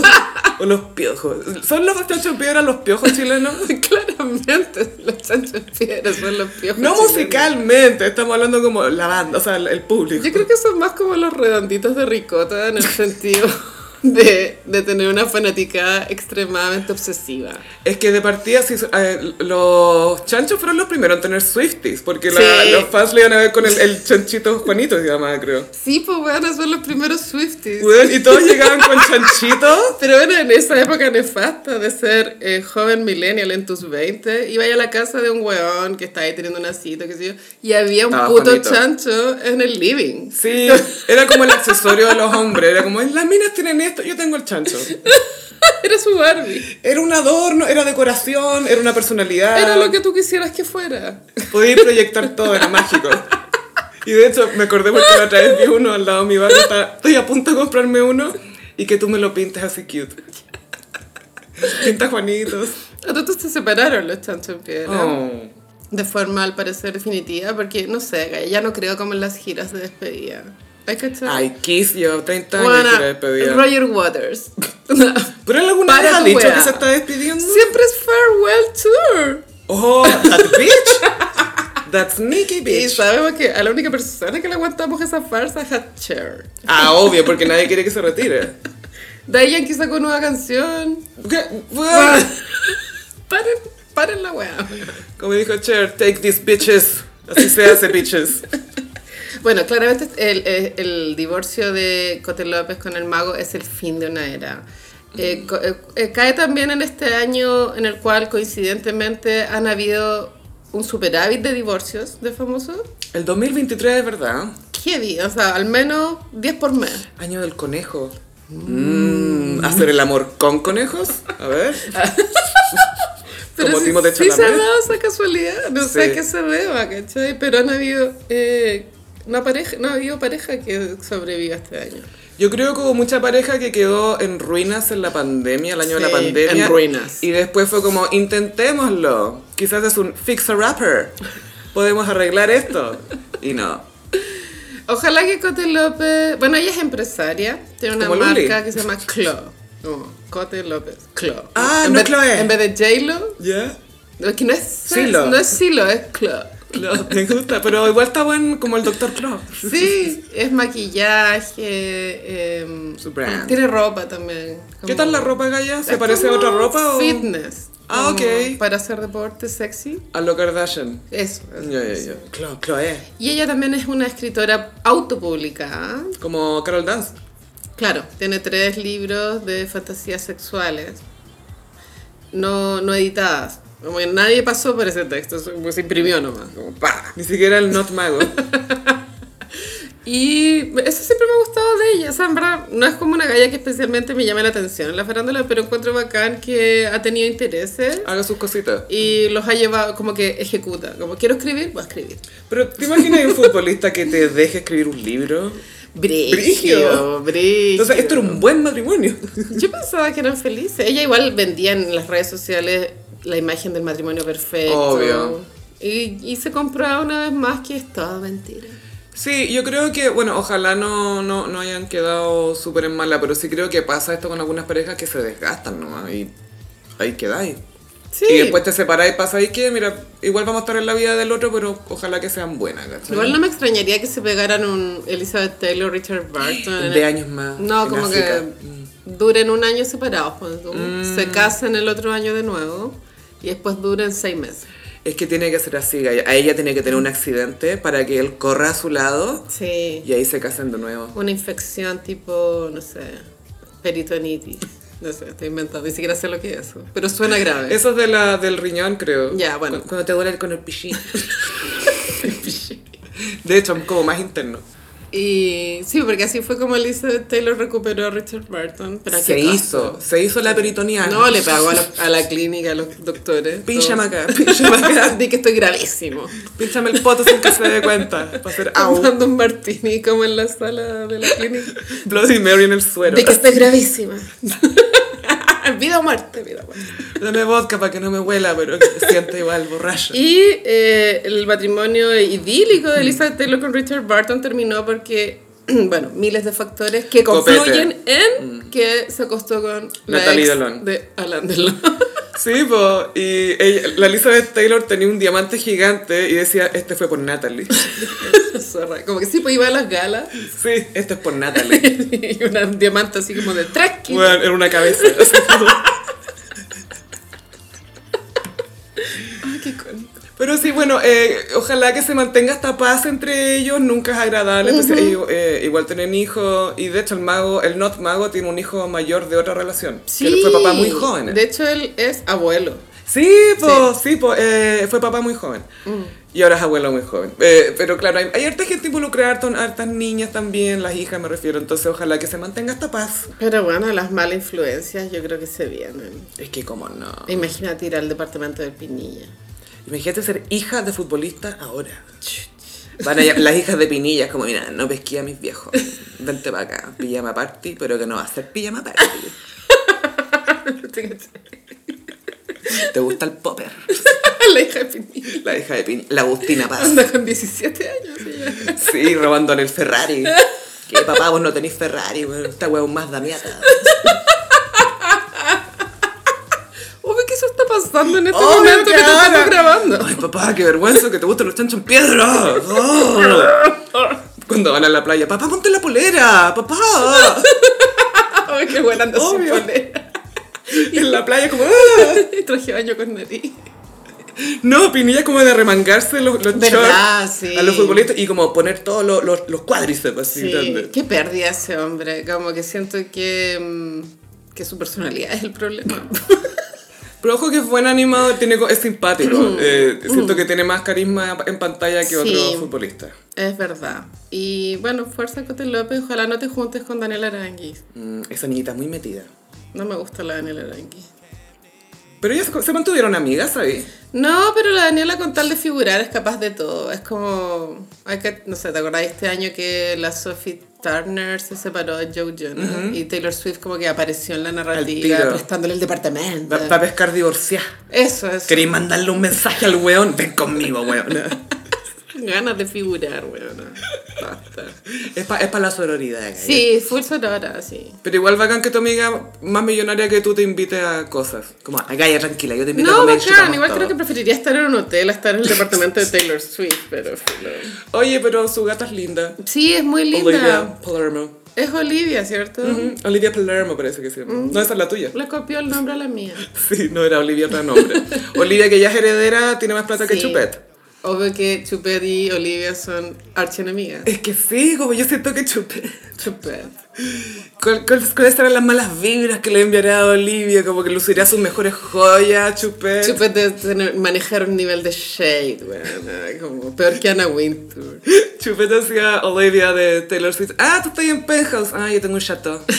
o los piojos. ¿Son los Chancho Piedra los piojos chilenos?
Claramente los chanchos en piedra son los piojos.
No
chilenos.
musicalmente, estamos hablando como la banda, o sea, el- el público.
Yo creo que son más como los redonditos de ricota en el sentido de, de tener una fanaticada extremadamente obsesiva.
Es que de partida sí, eh, los chanchos fueron los primeros en tener Swifties, porque la-
Sí.
los fans le iban a ver con el, el chanchito Juanito, se llamaba, creo.
Sí, pues weón, son los primeros Swifties.
Weón, y todos llegaban con chanchito.
Pero bueno, en esa época nefasta de ser eh, joven millennial en tus 20, iba ahí a la casa de un weón que estaba ahí teniendo una cita, qué sé yo, y había un
Estaba
puto
Juanito.
chancho en el living.
Sí, era como el accesorio de los hombres, era como, las minas tienen esto, yo tengo el chancho.
Era su Barbie.
Era un adorno, era decoración, era una personalidad.
Era lo que tú quisieras que fuera.
Podía proyectar todo, era mágico. Y de hecho, me acordé porque la otra vez vi uno al lado de mi barrio. estaba- estoy a punto de comprarme uno y que tú me lo pintes así cute. Pinta Juanitos.
Entonces se separaron los chanchos en piedra.
Oh.
De forma al parecer definitiva, porque no sé, gaya, ya no creo como en las giras de despedida. ¿Hay que
Ay, Kiss, yo 30 años
Bueno,
que la despedida.
Roger Waters.
¿Pero él alguna
Para
vez ha
la
dicho
wea.
que se está despidiendo?
Siempre es Farewell Tour.
Oh, that bitch. That's Nicky
Y
bitch.
sabemos que a la única persona que le aguantamos esa farsa es a Cher.
Ah, obvio, porque nadie quiere que se retire.
Daddy Yankee sacó nueva canción.
¿Qué? Bueno,
Paren, paren la weá.
Como dijo Cher, take these bitches. Así se hace, bitches.
Bueno, claramente el, el- el divorcio de Cote López con el mago es el fin de una era. Eh, co- eh, eh, cae también en este año en el cual coincidentemente han habido un superávit de divorcios de famosos.
El 2023 es verdad.
Heavy, o sea, al menos 10 por mes.
Año del conejo. Mm, ¿Hacer el amor con conejos? A ver.
Pero
Como
sí,
Timothée
sí se ha
Chalamet.
dado esa casualidad, no sé
Sí.
a qué se deba, ¿cachai? Pero han habido eh, una pareja, no ha habido pareja que sobreviva este año.
Yo creo que hubo mucha pareja que quedó en ruinas en la pandemia, el año de la
Sí,
pandemia.
en ruinas.
Y después fue como, intentémoslo. Quizás es un fix-a-rapper. Podemos arreglar esto. Y no.
Ojalá que Cote López, bueno, ella es empresaria, tiene una
Como
marca
Luli.
que se llama Clo. Como Cote López, Clo.
Ah,
en
no
vez,
Chloe.
En vez de J-Lo,
¿Ya?
es que no es
Silo.
no es Silo, es Clo.
Claro, me gusta. Pero igual está buen como el Dr. Claw.
Sí, es maquillaje, em,
Su brand.
tiene ropa también.
¿Qué
como-
tal la ropa, Gaya? ¿Se
Es
parece a
como
otra ropa o...?
Fitness.
Ah,
como
ok.
Para hacer deporte sexy.
A lo Kardashian.
Eso. eso,
Ya, ya,
eso.
ya. Claro, Chloe.
Y ella también es una escritora autopublicada.
Como Carol Dance.
Claro, tiene tres libros de fantasías sexuales. No, no editadas. Como que nadie pasó por ese texto, se pues, se imprimió nomás. como pa.
Ni siquiera el Not Mago.
Y eso siempre me ha gustado de ella. O sea, en verdad, no es como una galla que especialmente me llame la atención en la farándula, pero encuentro bacán que ha tenido intereses.
Haga sus cositas.
y los ha llevado, como que ejecuta, como quiero escribir, voy a escribir.
Pero ¿te imaginas un futbolista que te deje escribir un libro?
Brigio, brigio.
Entonces, esto era un buen matrimonio.
Yo pensaba que eran felices. Ella igual vendía en las redes sociales la imagen del matrimonio perfecto.
Obvio.
Y, y se compraba una vez más que es todo mentira.
Sí, yo creo que, bueno, ojalá no, no, no hayan quedado súper en mala, pero sí creo que pasa esto con algunas parejas que se desgastan nomás y ahí quedáis.
Sí.
Y después te separáis y pasáis que, mira, igual vamos a estar en la vida del otro, pero ojalá que sean buenas, ¿cachai?
Igual no me extrañaría que se pegaran un Elizabeth Taylor, Richard Burton.
De años más,
No,
en
como
África. Mm.
que duren un año pues, separados. ponte tú. Se casan el otro año de nuevo y después duren seis meses.
es que tiene que ser así, Gaya. A ella tiene que tener un accidente para que él corra a su lado
Sí.
y ahí se casen de nuevo.
Una infección tipo, no sé, peritonitis. No sé, estoy inventando, ni siquiera sé lo que es eso. Pero suena grave.
Eso es de la, del riñón, creo.
Ya, bueno.
Cuando te duele con el pichín. De hecho, como más interno.
Y sí, porque así fue como Elizabeth Taylor recuperó a Richard Burton. Pero ¿a
Se
qué
hizo,
costo?
se hizo la peritonía.
No, le pagó a, los- a la clínica, a los doctores.
Píllame
todo.
acá, píllame acá.
Di que estoy gravísimo.
Píchame el poto sin que se dé cuenta. Para hacer au.
Tomando un martini como en la sala de la clínica.
Bloody Mary en el suero.
Di que estoy gravísima. vida o muerte, vida o muerte.
Dame vodka para que no me huela, pero siente igual borracho.
Y eh, el matrimonio idílico de Elizabeth Taylor con Richard Burton terminó porque, bueno, miles de factores que
Copete. Mm.
confluyen en que se acostó con la
Natalie
ex
Delon.
de Alan Delon.
Sí, po. Y ella- la Elizabeth Taylor tenía un diamante gigante y decía, este fue por Natalie.
Zorra. Como que sí, pues iba a las galas
Sí, este es por Natalie.
y una diamante así como de track.
Bueno, era una cabeza.
qué icónico.
Pero sí, bueno, eh, ojalá que se mantenga esta paz entre ellos, nunca es agradable. entonces, ellos, eh, igual tienen hijos, y de hecho el mago, el not mago, tiene un hijo mayor de otra relación. Que fue papá muy joven.
De hecho, él es abuelo.
Sí, po, sí, po, eh, fue papá muy joven. Y ahora es abuelo muy joven. Eh, pero claro, hay, hay harta gente involucrada, harta- hartas niñas también, las hijas me refiero. Entonces, ojalá que se mantenga esta paz.
Pero bueno, las malas influencias yo creo que se vienen.
Es que, como no.
Imagínate ir al departamento del Pinilla.
Imagínate ser hija de futbolista ahora. Van a llam- las hijas de Pinillas, como, mira, no pesqué a mis viejos. Vente para acá, pijama party, pero que no va a ser pijama party. ¿Te gusta el popper?
la hija de Pinilla.
La hija de Pinillas, la Agustina Paz.
Anda con 17 años. ella.
Sí, robándole el Ferrari. Que papá, vos no tenés Ferrari, weón. Esta weón Este es más damiata.
Obvio que eso está pasando en este
Obvio
momento
que
que te
Oh, ahora.
estamos grabando.
Ay, papá, qué vergüenza que te gustan los chanchos en piedra. Oh. Cuando van a la playa, papá, ponte la polera, papá.
Ay, qué buena anda sin
Obvio.
polera.
En la playa, como. "Ah".
Y traje baño con nariz.
No, Pinilla como de remangarse los, los
Verdad,
shorts
sí.
a los futbolistas y como poner todos los, los, los cuádriceps así.
Sí,
grandes.
qué pérdida ese hombre. Como que siento que, mm, que su personalidad es el problema.
Pero ojo que es buen animado, tiene, co- es simpático. Eh, siento que tiene más carisma en pantalla que
Sí.
otro futbolista.
es verdad. Y bueno, fuerza Cote López. Ojalá no te juntes con Daniel Aranguis.
Mm, esa niñita es muy metida.
No me gusta la Daniela Aranguis.
Pero ellas se mantuvieron amigas, ¿sabes?
No, pero la Daniela con tal de figurar es capaz de todo. Es como, hay que, no sé, ¿te acordás de este año que la Sophie Turner se separó de Joe Jonas? Y Taylor Swift como que apareció en la narrativa
tiro.
prestándole el departamento.
Para pescar divorciada.
Eso, eso.
¿Queréis mandarle un mensaje al weón? Ven conmigo, weón.
Ganas de figurar, weón. Basta.
es para la sororidad. eh.
Sí, full sonora, sí.
Pero igual bacán que tu amiga más millonaria que tú te invite a cosas. Como, "Ay, Gaya, tranquila, yo te invito a
No,
comer.
bacán,
chupamos
igual creo
todo".
que preferiría estar en un hotel a estar en el departamento de Taylor Swift, pero... filo.
Oye, pero su gata es linda.
Sí, es muy linda.
Olivia Palermo.
Es Olivia, ¿cierto?
Mm, Olivia Palermo parece que se llama.
Mm.
No, esa es la tuya.
Le copió el nombre a la mía.
Sí, no era Olivia otra nombre. Olivia, que ya es heredera, tiene más plata que
Sí.
Chupet.
Obvio que Chupet y Olivia son archienemigas.
Es que sí, como yo siento que Chupet.
Chupet.
¿Cuál- cuál- ¿Cuáles serán las malas vibras que le enviará a Olivia? Como que lucirá sus mejores joyas, Chupet.
Chupet debe tener- manejar un nivel de shade, weón. Como peor que Anna Wintour.
Chupet hacía Olivia de Taylor Swift. Ah, tú estás en Penthouse. Ah, yo tengo un chateau. Mm.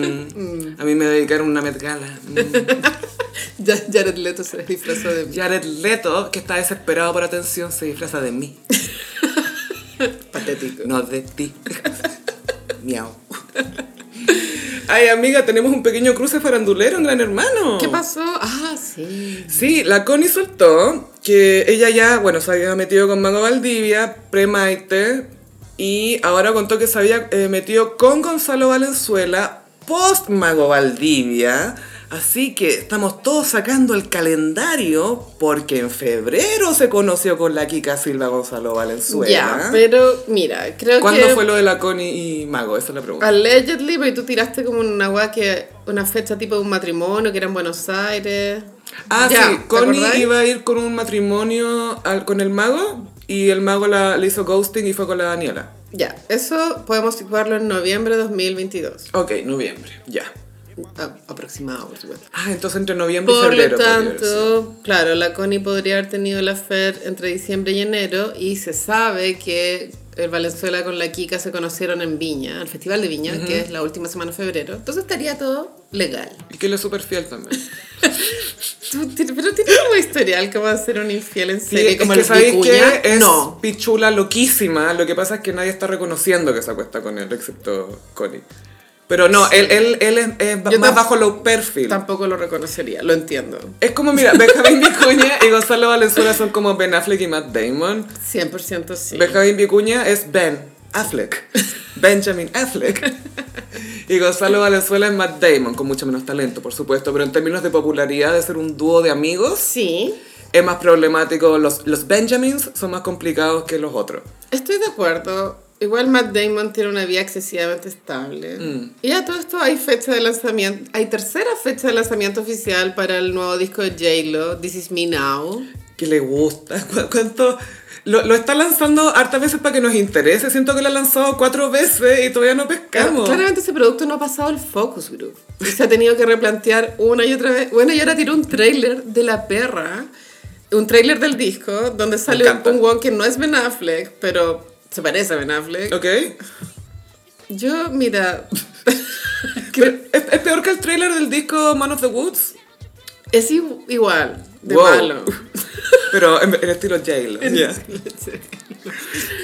Mm. A mí me dedicaron una Met Gala. Mm.
Ya- Jared Leto se disfrazó de
Jared Leto, que está desesperado por atención, se disfraza de mí.
patético.
No de ti. Miau. Ay, amiga, tenemos un pequeño cruce farandulero en Gran Hermano.
¿Qué pasó? Ah, sí.
Sí, la Connie soltó que ella ya, bueno, se había metido con Mango Valdivia, pre-Maite, y ahora contó que se había eh, metido con Gonzalo Valenzuela, post-Mago Valdivia. Así que estamos todos sacando el calendario porque en febrero se conoció con la Kika Silva Gonzalo Valenzuela.
Ya, pero mira, creo
¿Cuándo
que... pues,
fue lo de la Connie y Mago? Esa es la pregunta.
Allegedly, pero tú tiraste como una weá que... Una fecha tipo de un matrimonio que era en Buenos Aires.
Ah,
Ya,
sí,
¿te
Connie
acordáis?
iba a ir con un matrimonio al- con el mago y el mago la, le hizo ghosting y fue con la Daniela.
Ya, eso podemos situarlo en noviembre de 2022.
Ok, noviembre, ya.
A- aproximado, por supuesto.
Ah, entonces entre noviembre y
Por
febrero.
lo
podría haber sido.
tanto, claro, la Connie podría haber tenido la FER entre diciembre y enero y se sabe que el Valenzuela con la Kika se conocieron en Viña, el Festival de Viña, que es la última semana de febrero. Entonces estaría todo legal.
Y que él es súper fiel también.
Tú ti- pero tiene como historial como de ser un infiel en
Sí,
serie,
es
como
que
el
sabéis
Vicuña.
que es
No.
pichula loquísima. Lo que pasa es que nadie está reconociendo que se acuesta con él, excepto Connie. Pero no, él, él, él es, es
Yo
más
tam-
bajo low perfil.
Tampoco lo reconocería, lo entiendo.
Es como, mira, Benjamín Vicuña y Gonzalo Valenzuela son como Ben Affleck y Matt Damon.
100% sí.
Benjamín Vicuña es Ben Affleck. Benjamin Affleck. Y Gonzalo Valenzuela es Matt Damon, con mucho menos talento, por supuesto. Pero en términos de popularidad, de ser un dúo de amigos,
Sí,
es más problemático. Los, los Benjamins son más complicados que los otros.
estoy de acuerdo. Igual Matt Damon tiene una vida excesivamente estable.
Mm.
Y a todo esto hay fecha de lanzamiento, hay tercera fecha de lanzamiento oficial para el nuevo disco de J-Lo, This Is Me Now.
que le gusta. cu- ¿Cuánto? Lo, lo está lanzando hartas veces para que nos interese. Siento que lo ha lanzado cuatro veces y todavía no pescamos.
Claramente ese producto no ha pasado el focus group. Y se ha tenido que replantear una y otra vez. Bueno, y ahora tiró un tráiler de la perra, un tráiler del disco, donde sale
encanta.
un one que no es Ben Affleck, pero se parece a Ben Affleck.
¿Ok?
Yo, mira,
Pero ¿Es, es peor que el tráiler del disco Man of the Woods,
es i- igual, de
Wow.
malo.
pero en, en estilo Jail.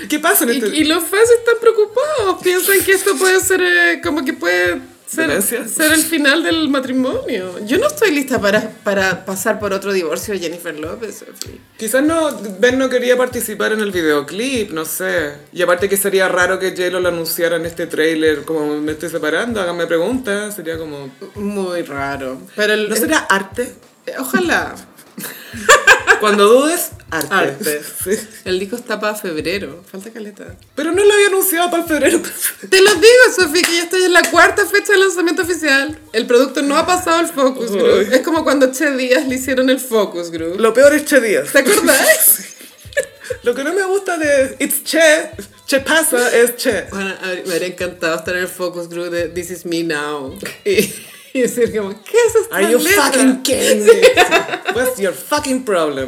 ¿Qué pasa en
Y,
este
y los fans están preocupados, piensan que esto puede ser, eh, como que puede ser,
Violencia.
ser el final del matrimonio. Yo no estoy lista para, para pasar por otro divorcio de Jennifer López. Sophie.
Quizás no, Ben no quería participar en el videoclip, no sé. Y aparte que sería raro que J-Lo lo anunciara en este tráiler, como me estoy separando, háganme preguntas, sería como...
Muy raro. Pero el-
¿No será arte?
eh, ojalá.
Cuando dudes, arte.
Arte.
Sí.
El disco está para febrero. Falta caleta.
Pero no lo había anunciado para el febrero.
Te lo digo, Sofi, que ya estoy en la cuarta fecha de lanzamiento oficial. El producto no ha pasado el focus
Uy.
group. Es como cuando Che Díaz le hicieron el focus group.
Lo peor es Che Díaz.
¿Te acordás?
Lo que no me gusta de It's Che, Che pasa es Che.
Bueno, a ver, me habría encantado estar en el focus group de This Is Me Now. Y, y decir como, ¿qué es esta
Are you
letra?
fucking kidding me? What's your fucking problem?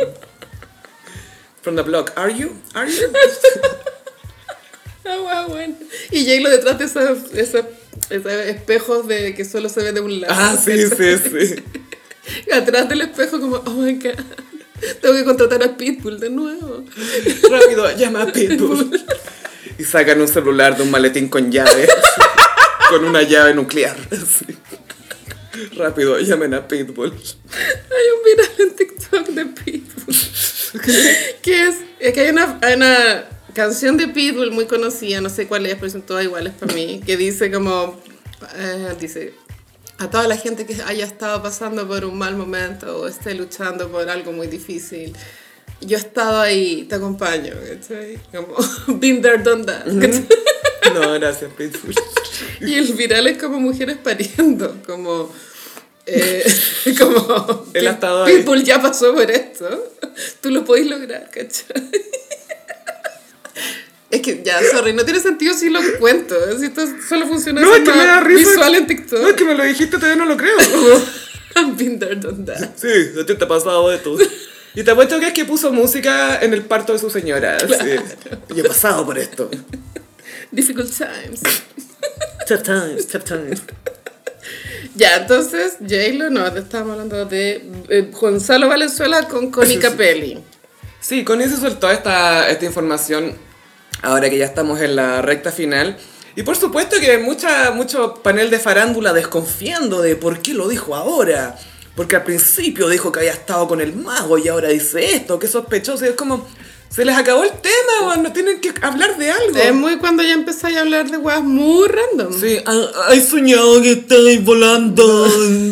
From the block, are you? Are you?
Ah, guau, bueno. Y J-Lo detrás de esos, esos, esos espejos de, que solo se ve de un lado.
Ah, sí, sí, sí.
Atrás del espejo como, oh my god, tengo que contratar a Pitbull de nuevo.
Rápido, llama a Pitbull. Y sacan un celular de un maletín con llave. con una llave nuclear. Sí. Rápido, llamen a Pitbull.
Hay un viral en TikTok de Pitbull. que es, es que hay una, hay una canción de Pitbull muy conocida, no sé cuál es, pero son todas iguales para mí, que dice como, eh, dice, a toda la gente que haya estado pasando por un mal momento o esté luchando por algo muy difícil. Yo he estado ahí, te acompaño, ¿cachai? Como, been there, done that. ¿cachai?
No, gracias, Pitbull.
Y el viral es como mujeres pariendo, como... eh, como
Él ha estado ahí.
Pitbull ya pasó por esto. Tú lo podés lograr, ¿cachai? Es que ya, sorry, no tiene sentido si lo cuento. Si esto solo funciona
No,
de
es que
forma
me da risa.
visual
No, es
en TikTok.
que me lo dijiste, todavía no lo creo.
I've been there, done that.
Sí, a ti te ha pasado esto. Y te apuesto que es que puso música en el parto de su señora. sí.
Yo he pasado por esto.
Difficult times.
Tough times, tough times.
Ya, entonces, J-Lo, no, estábamos hablando de eh, Gonzalo Valenzuela con Connie Capelli.
Sí, Connie se soltó esta, esta información ahora que ya estamos en la recta final. Y por supuesto que mucha, mucho panel de farándula desconfiando de por qué lo dijo ahora. Porque al principio dijo que había estado con el mago y ahora dice esto, que sospechoso. Y es como, se les acabó el tema, weón, no tienen que hablar de algo.
Es muy cuando ya empezáis a hablar de weas muy random.
Sí, he soñado que estáis volando.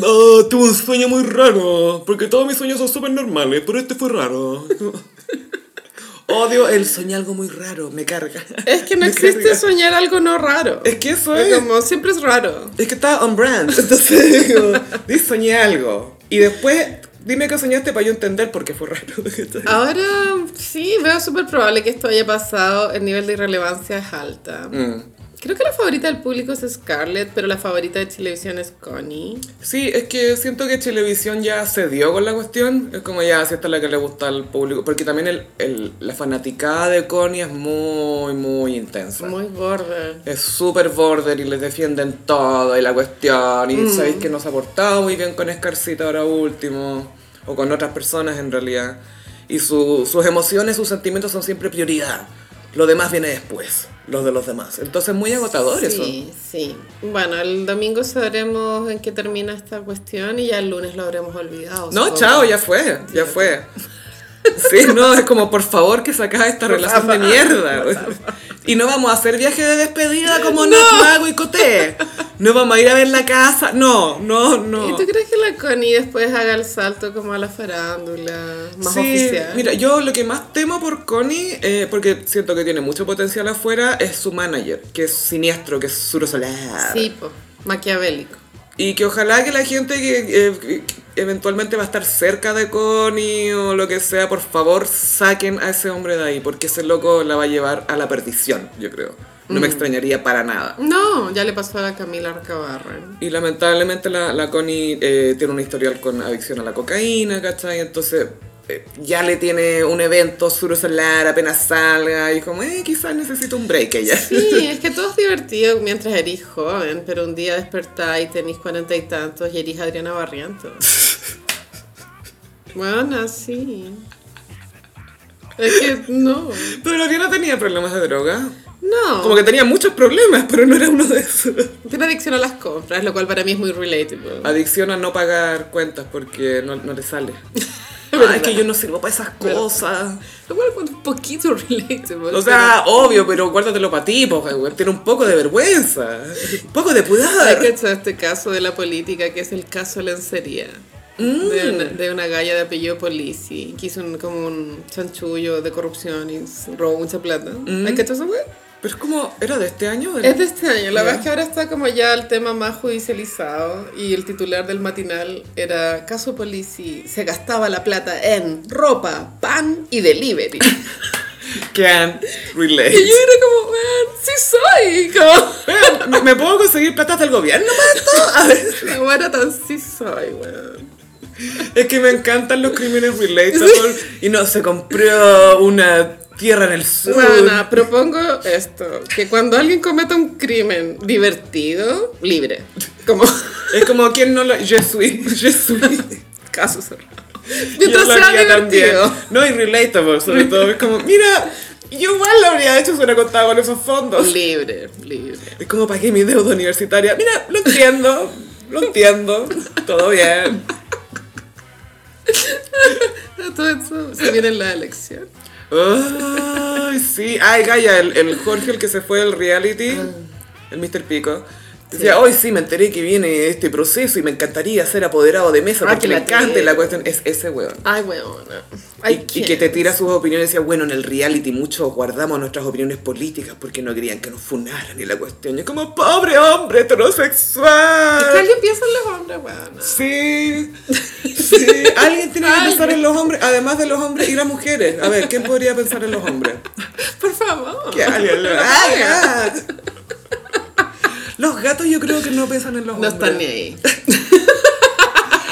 Ah, tuve un sueño muy raro. Porque todos mis sueños son súper normales, pero este fue raro. Odio el soñé algo muy raro, me carga.
Es que no
Me
existe
carga.
soñar algo no raro.
Es que eso
Es
es.
como siempre es raro.
Es que estaba on brand. Entonces, digo, di, soñé algo. Y después Dime que soñaste para yo entender porque fue raro.
Ahora sí, veo súper probable que esto haya pasado. El nivel de irrelevancia es alta.
Mm.
Creo que la favorita del público es Scarlett, pero la favorita de televisión es Connie.
Sí, es que siento que Televisión ya se dio con la cuestión. Es como ya, si esta es la que le gusta al público. Porque también el, el- la fanaticada de Connie es muy, muy intensa.
Muy border.
Es súper border y les defienden todo y la cuestión. Y
Mm.
sabéis que nos ha portado muy bien con Escarcita ahora último. O con otras personas en realidad. Y su- sus emociones, sus sentimientos son siempre prioridad. Lo demás viene después. Los de los demás. Entonces, muy agotador eso.
Sí, sí. Bueno, el domingo sabremos en qué termina esta cuestión y ya el lunes lo habremos olvidado.
No,
supongo.
chao, ya fue. Ya fue. Sí, no, es como por favor que sacas esta relación de mierda. Y no vamos a hacer viaje de despedida como no, Mago y Coté. No vamos a ir a ver la casa. No, no, no.
¿Y tú crees que la Connie después haga el salto como a la farándula más
Sí,
oficial?
Mira, yo lo que más temo por Connie, eh, porque siento que tiene mucho potencial afuera, es su manager, que es siniestro, que es Suro Solar.
Sí, po, maquiavélico.
Y que ojalá que la gente que, eh, que eventualmente va a estar cerca de Connie o lo que sea, por favor saquen a ese hombre de ahí, porque ese loco la va a llevar a la perdición, yo creo. No me extrañaría para nada.
No, ya le pasó a la Camila Arcabarren.
Y lamentablemente la, la Connie eh, tiene un historial con adicción a la cocaína, ¿cachai? Entonces eh, ya le tiene un evento surosolar apenas salga y como, eh, quizás necesito un break ella.
Sí, es que todo es divertido mientras eres joven, pero un día despertáis, tenéis cuarenta y tantos y eres Adriana Barrientos. Bueno, sí. Es que no.
Pero la Ariana tenía problemas de droga.
No.
Como que tenía muchos problemas, pero no era uno de esos.
Tiene adicción a las compras, lo cual para mí es muy relatable.
Adicción a no pagar cuentas porque no, no le sale.
Verdad.
Ay, que yo no sirvo para esas
Verdad.
cosas.
Lo cual es un poquito relatable.
O sea, obvio, pero guárdatelo para ti, porque güey, tiene un poco de vergüenza. Un poco de
pero hay
pudor.
que echar este caso de la política, que es el caso lencería.
Mm.
De, una, de una galla de apellido Polisi, que hizo un- como un chanchullo de corrupción y s- robó mucha plata. ¿Hay que echar esa wea?
Pero es como, ¿era de este año?
Es de este año. La
Ya.
verdad es que ahora está como ya el tema más judicializado y el titular del matinal era Caso Polisi se gastaba la plata en ropa, pan y delivery.
Can
Y yo
relate.
era como, weón, sí soy. Como,
Vean, ¿Me, me puedo conseguir platas del gobierno para esto? A ver.
como era tan sí soy, weón.
Es que me encantan los crímenes relatable. Y no, se compró una tierra en el sur.
Weona, propongo esto: que cuando alguien cometa un crimen divertido, libre. Como
Es como, ¿quién no lo...? Je suis, je suis.
caso cerrado.
Yo
Mientras
lo
sea
haría
divertido.
también. No, y relatable, sobre todo. Es como, mira, yo igual lo habría hecho si hubiera contado con esos fondos.
Libre, libre.
Es como pagué mi deuda universitaria. Mira, lo entiendo, lo entiendo, todo bien.
Todo eso se viene en la elección.
Ay, sí. Ay, Gaya, el, el Jorge, el que se fue del reality,
Ah.
el Mr. Pico. Decía, hoy sí, me enteré que viene este proceso y me encantaría ser apoderado de mesa
Ah,
porque
que
me
la
encanta y
tiene.
la cuestión es ese weón.
Ay, weona.
Y,
Ay,
y que te tira sus opiniones y decía, bueno, en el reality muchos guardamos nuestras opiniones políticas porque no querían que nos funaran y la cuestión. Y es como, pobre hombre
Es que
heterosexual.
alguien piensa en los hombres, weona.
Sí, sí, alguien tiene que pensar en los hombres, además de los hombres y las mujeres. A ver, ¿quién podría pensar en los hombres?
Por favor.
Que alguien lo haga. Los gatos yo creo que no piensan en los
No
hombres.
están ni ahí.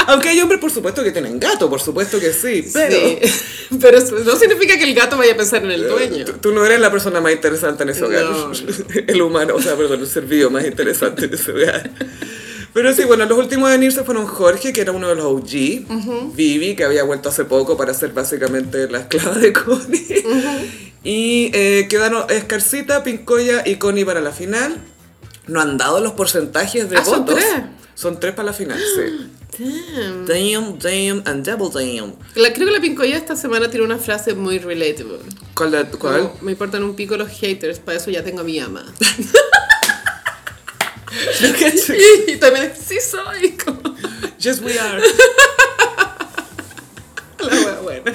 Aunque hay hombres, por supuesto, que tienen gato, por supuesto que sí, pero...
Sí. pero eso no significa que el gato vaya a pensar en el dueño.
Eh, Tú, tú no eres la persona más interesante en ese hogar.
No, no.
El humano, o sea, perdón, el ser vivo más interesante en ese hogar. Pero sí, bueno, los últimos en irse fueron Jorge, que era uno de los OG, Vivi, que había vuelto hace poco para ser básicamente la esclava de Connie. Y eh, quedaron Escarcita, Pincoya y Connie para la final. No han dado los porcentajes de
Ah,
votos.
¿son tres?
Son tres para la final, sí.
Damn.
Damn, damn, and double damn.
La, creo que la Pincoya esta semana tiene una frase muy relatable.
¿Cuál? de- cuál?
Como, Me importan un pico los haters, para eso ya tengo a mi ama. y también es, sí soy. Como,
Yes, we are.
la wea buena.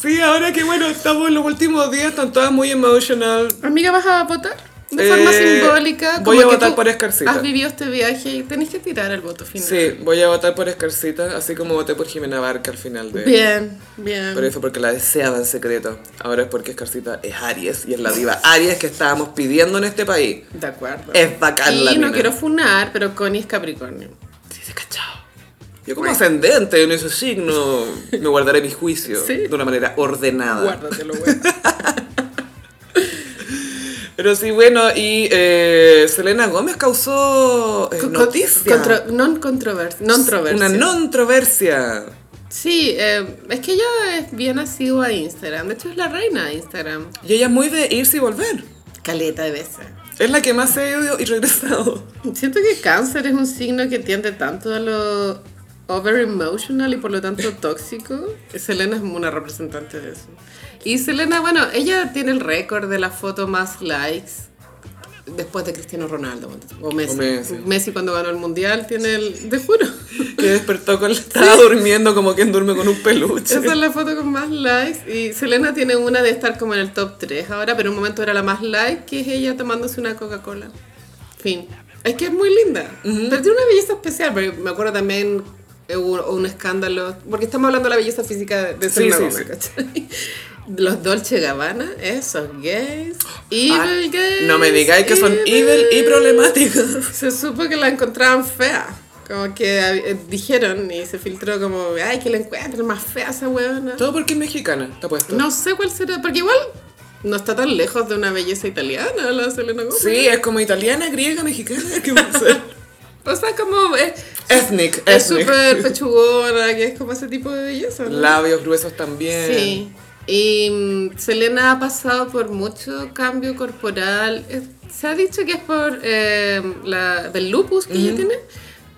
Sí, ahora que bueno, estamos en los últimos días, están todas muy emotional.
Amiga, ¿vas a votar? de forma
Eh,
simbólica.
voy a
que
votar
tú
por Escarcita.
Has vivido este viaje y tenés que tirar el voto final.
Sí, voy a votar por Escarcita, así como voté por Jimena Barca al final de...
Bien, bien.
Pero eso fue porque la deseaba en secreto. Ahora es porque Escarcita es Aries y es la diva Aries que estábamos pidiendo en este país.
de acuerdo.
Es bacán la
y no
mina.
quiero funar, pero Connie es Capricornio.
Sí, se cachao. Yo como ascendente en ese signo me guardaré mi juicio
Sí.
de una manera ordenada.
Guárdatelo, güey.
Pero sí, bueno, y eh, Selena Gómez causó eh, noticia.
Contro- non controversia. Non
Una non-troversia.
Sí, eh, es que ella es bien asidua a Instagram. De hecho, es la reina de Instagram.
Y ella es muy de irse y volver.
Caleta de veces.
Es la que más se ha ido y regresado.
Siento que cáncer es un signo que tiende tanto a lo over emotional y por lo tanto tóxico. Selena es una representante de eso. Y Selena, bueno, ella tiene el récord de la foto más likes después de Cristiano Ronaldo o Messi.
O Messi.
Messi. cuando ganó el mundial tiene el, te juro.
Que despertó con la... Estaba durmiendo como quien duerme con un peluche. Ah,
Esa es la foto con más likes y Selena tiene una de estar como en el top 3 ahora, pero en un momento era la más like, que es ella tomándose una Coca-Cola. Fin. Es que es muy linda, pero tiene una belleza especial, porque me acuerdo también eh, hubo un escándalo, porque estamos hablando de la belleza física de Selena
sí,
Gomez,
sí.
¿cachai? Los Dolce Gabbana, esos gays, evil
Ah,
gays.
no me digáis que son evil y problemáticos.
Se supo que la encontraban fea. Como que eh, dijeron y se filtró como, ay, que la encuentran más fea esa huevona.
Todo porque es mexicana, está puesto.
No sé cuál será, porque igual no está tan lejos de una belleza italiana la Selena Gomez.
Sí, es como italiana, griega, mexicana, ¿qué va a ser?
O sea, como es
Ethnic,
es
ethnic.
súper pechugona, que es como ese tipo de belleza. ¿no?
Labios gruesos también.
Sí. Y mm, Selena ha pasado por mucho cambio corporal. Eh, Se ha dicho que es por eh, la, el lupus que ella tiene,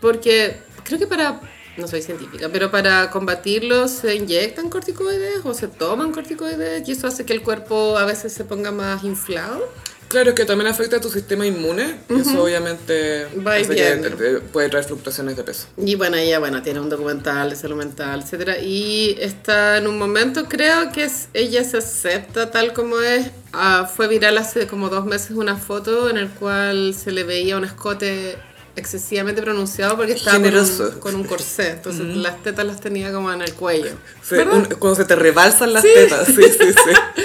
porque creo que para, no soy científica, pero para combatirlo se inyectan corticoides o se toman corticoides y eso hace que el cuerpo a veces se ponga más inflado.
Claro, es que también afecta a tu sistema inmune. y Eso obviamente
Va
hace que
bien.
te- te- puede traer fluctuaciones de peso.
Y bueno, ella bueno, tiene un documental de salud mental, etcétera Y está en un momento, creo que es, ella se acepta tal como es. Ah, fue viral hace como dos meses una foto en el cual se le veía un escote excesivamente pronunciado porque estaba con un,
Generoso.
con un corsé. Entonces las tetas las tenía como en el cuello.
Sí,
¿Verdad?
un- cuando se te rebalsan las tetas. Sí, sí, sí.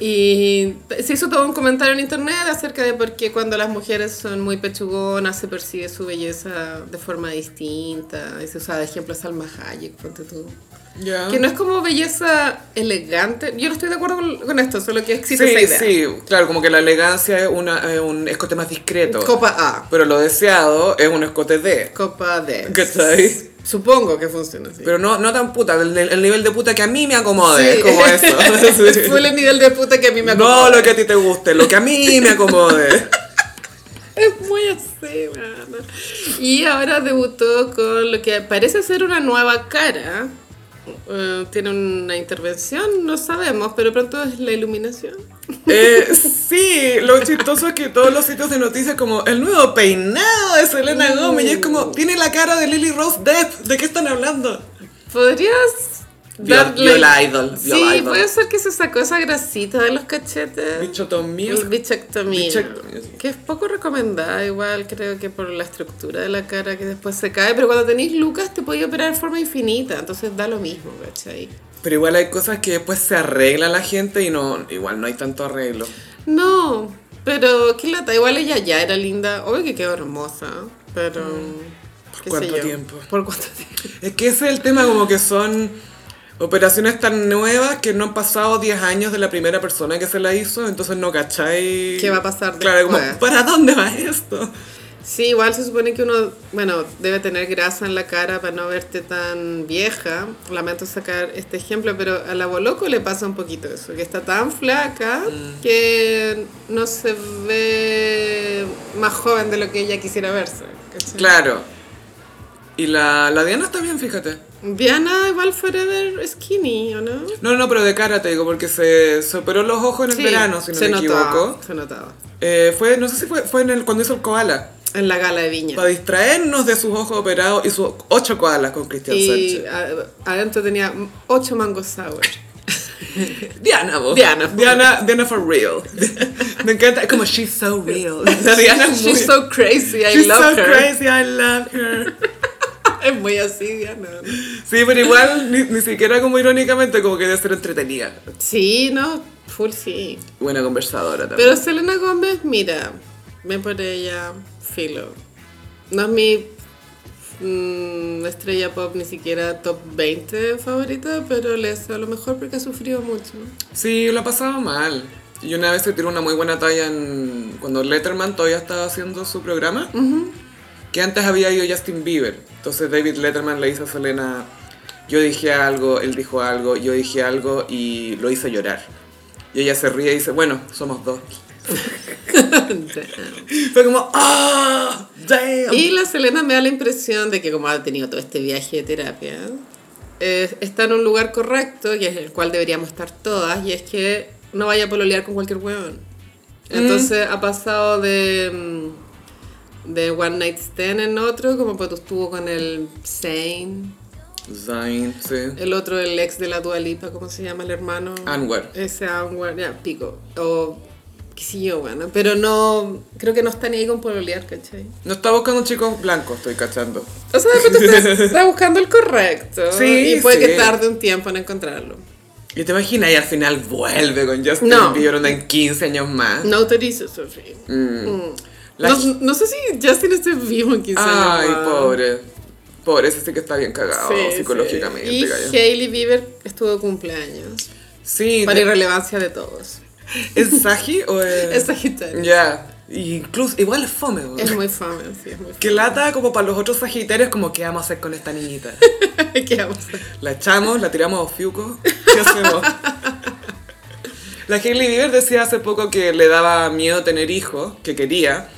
Y se hizo todo un comentario en internet acerca de por qué cuando las mujeres son muy pechugonas se percibe su belleza de forma distinta. Y se usa de ejemplo Salma Hayek, ponte tú.
Ya.
Que no es como belleza elegante. Yo no estoy de acuerdo con, con esto, solo que
Sí,
existe esa
sí,
idea.
claro, como que la elegancia es una, es un escote más discreto.
Copa A,
Pero lo deseado es un escote D.
copa D.
¿Cachai?
Supongo que funciona así.
Pero no, no tan puta, el, el nivel de puta que a mí me acomode.
Sí.
Es como eso. Sí.
Fue el nivel de puta que a mí me
No
acomoda.
lo que a ti te guste, lo que a mí me acomode.
Es muy así, mano. Y ahora debutó con lo que parece ser una nueva cara. Eh, tiene una intervención, no sabemos, pero pronto es la iluminación.
Eh, sí, lo chistoso es que todos los sitios de noticias como el nuevo peinado de
Uh.
Selena Gómez y es como tiene la cara de Lily Rose Depp, ¿de qué están hablando?
¿Podrías
Vio-
darle...?
Viola Idol,
Sí,
Viola Idol.
puede ser que se sacó esa grasita de los cachetes.
Bichotomía.
El bichectomía.
Bichectomía, sí.
Que es poco recomendada, igual creo que por la estructura de la cara que después se cae. Pero cuando tenéis lucas te podéis operar de forma infinita, entonces da lo mismo, ¿cachai?
Pero igual hay cosas que después se arregla la gente y no, igual no hay tanto arreglo.
No, pero qué lata. Igual ella ya era linda. Obvio que quedó hermosa, pero. ¿Por
Mm. cuánto tiempo?
¿Por cuánto tiempo?
Es que ese es el tema, como que son operaciones tan nuevas que no han pasado 10 años de la primera persona que se la hizo, entonces no cacháis.
¿Qué va a pasar
Claro, como,
después?
¿para dónde va esto?
Sí, igual se supone que uno, bueno, debe tener grasa en la cara para no verte tan vieja. Lamento sacar este ejemplo, pero a la Boloco le pasa un poquito eso, que está tan flaca
Mm.
que no se ve más joven de lo que ella quisiera verse. ¿cachai?
Claro. Y la, la Diana está bien, fíjate.
Diana igual forever skinny, ¿o no?
No, no, pero de cara te digo, porque se, se operó los ojos en el
Sí,
verano, si no me
notaba,
equivoco.
Se notaba.
Eh, fue, no sé si fue, fue en el, cuando hizo el koala.
En la gala de Viña.
Para distraernos de sus ojos operados y sus ocho koalas con Cristian
Y
Sánchez.
a- adentro tenía ocho mango sour.
Diana, vos.
Diana.
Diana, Diana for real. Me encanta, es como
She's so real.
la Diana es muy...
She's so crazy, I
she's
love
so
her.
crazy, I love her.
Es muy así, Diana.
Sí, pero igual, ni, ni siquiera como irónicamente, como que debe ser entretenida.
Sí, no, full sí.
Buena conversadora también.
Pero Selena Gómez, mira, ven por ella, filo. No es mi mm, estrella pop ni siquiera top 20 favorita, pero le deseo lo mejor porque ha sufrido mucho.
Sí, lo ha pasado mal. Y una vez se tiró una muy buena talla en... Cuando Letterman todavía estaba haciendo su programa, que antes había ido Justin Bieber. Entonces David Letterman le hizo a Selena, yo dije algo, él dijo algo, yo dije algo y lo hizo llorar. Y ella se ríe y dice, bueno, somos dos. Fue como, ¡ah! ¡Damn!
Y la Selena me da la impresión de que como ha tenido todo este viaje de terapia, eh, está en un lugar correcto, que es el cual deberíamos estar todas, y es que no vaya a pololear con cualquier hueón. Entonces ha pasado de, mm, de One Night Stand en otro, como pues estuvo con el Zane,
Zayn, sí.
el otro, el ex de la Dualipa, ¿cómo se llama el hermano?
Anwar.
Ese Anwar, ya, pico. O qué sé yo, bueno, pero no, creo que no está ni ahí con pololear, ¿cachai?
No está buscando chicos blancos, estoy cachando.
O sea, de repente estás, estás buscando el correcto.
Sí,
Y puede
sí.
que tarde un tiempo en encontrarlo.
¿Y te imaginas? Y al final vuelve con Justin
No.
Bieber onda, en 15 años más.
No autorizo, Sofía.
Ah. Mm.
Mm.
La-
No, no sé si Justin esté vivo en 15
Ay,
años más.
pobre. Pobre, ese sí que está bien cagado
Sí, sí.
psicológicamente.
Y
calla.
Hailey Bieber estuvo de cumpleaños.
Sí,
Para
de-
irrelevancia de todos.
¿es Saji o es...?
Es Sagitario.
Ya, Y incluso, igual es fome, weón.
Es muy fama, sí, es muy
Que lata como para los otros sagitarios, como, ¿qué vamos a hacer con esta niñita?
fama. ¿Qué vamos a hacer?
¿La echamos? ¿La tiramos a Fiuco? ¿Qué hacemos? La Hailey Bieber decía hace poco que le daba miedo tener hijos, que quería,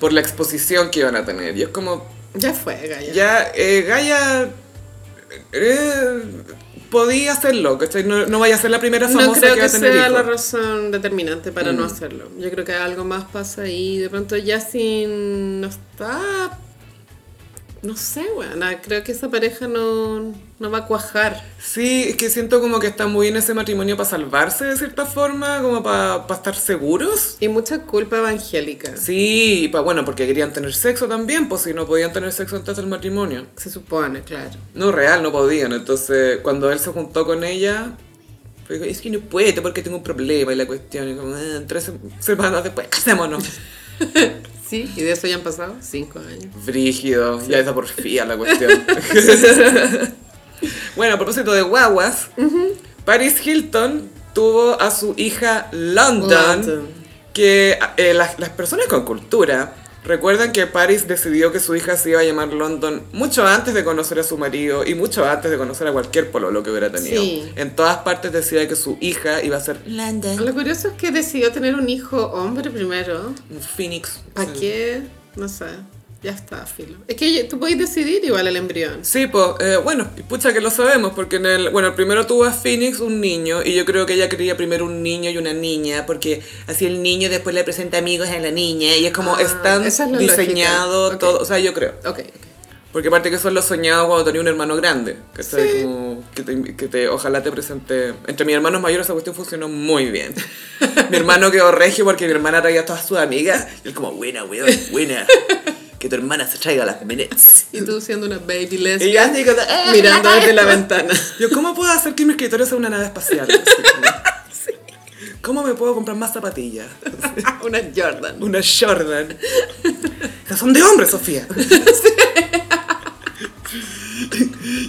por la exposición que iban a tener. Y es como,
Ya fue, Gaya.
Ya, eh, Gaia. eh, podía hacerlo, ¿cachai? No, no vaya a ser la primera famosa
No creo
que
que,
va a tener
sea
hijos. Mm.
la razón determinante para no hacerlo. Yo creo que algo más pasa ahí. De pronto Justin no está... No sé, bueno, creo que esa pareja no, no va a cuajar.
Sí, es que siento como que está muy en ese matrimonio para salvarse de cierta forma, como para estar seguros.
Y mucha culpa evangélica,
Sí, y pa- bueno, porque querían tener sexo también, pues si no podían tener sexo antes del matrimonio.
se supone, claro.
No, real, no podían. Entonces, cuando él se juntó con ella, fue como, es que no puedo porque tengo un problema y la cuestión. Y como, "Ah, tres sem- semanas después, casémonos.
Sí, y de eso ya han pasado cinco años.
Brígido, ya esa porfía la cuestión. bueno, a propósito de guaguas, Paris Hilton tuvo a su hija London,
London.
que eh, las, las personas con cultura recuerdan que Paris decidió que su hija se iba a llamar London mucho antes de conocer a su marido y mucho antes de conocer a cualquier pololo que hubiera tenido.
Sí.
En todas partes decía que su hija iba a ser
London.
Lo curioso es que decidió tener un hijo hombre primero.
un Phoenix.
¿Para
Sí.
qué? No sé. Ya está, filo. Es que tú podés decidir igual el embrión.
Sí, pues, eh, bueno, y pucha que lo sabemos, porque en el, bueno, el primero tuvo a Phoenix un niño, y yo creo que ella quería primero un niño y una niña, porque así el niño después le presenta amigos a la niña, y es como,
Ah,
es tan
esa es la
diseñado
lógica. Ok.
todo, o sea, yo creo.
Ok, ok.
Porque aparte que eso es lo soñado cuando tenía un hermano grande, que,
Sí.
como, que, te, que te- ojalá te presente, entre mis hermanos mayores esa cuestión funcionó muy bien. mi hermano quedó regio porque mi hermana traía a todas sus amigas,
Y él como, buena, weón, buena. que tu hermana se traiga las minutes.
Y tú siendo una baby lesbian.
y yo así como, "Ah".
mirando desde la ventana.
Yo, ¿cómo puedo hacer que mi escritorio sea una nave espacial? Así como, ¿Cómo me puedo comprar más zapatillas?
Una Jordan.
Una Jordan. Esas son de hombre, Sofía.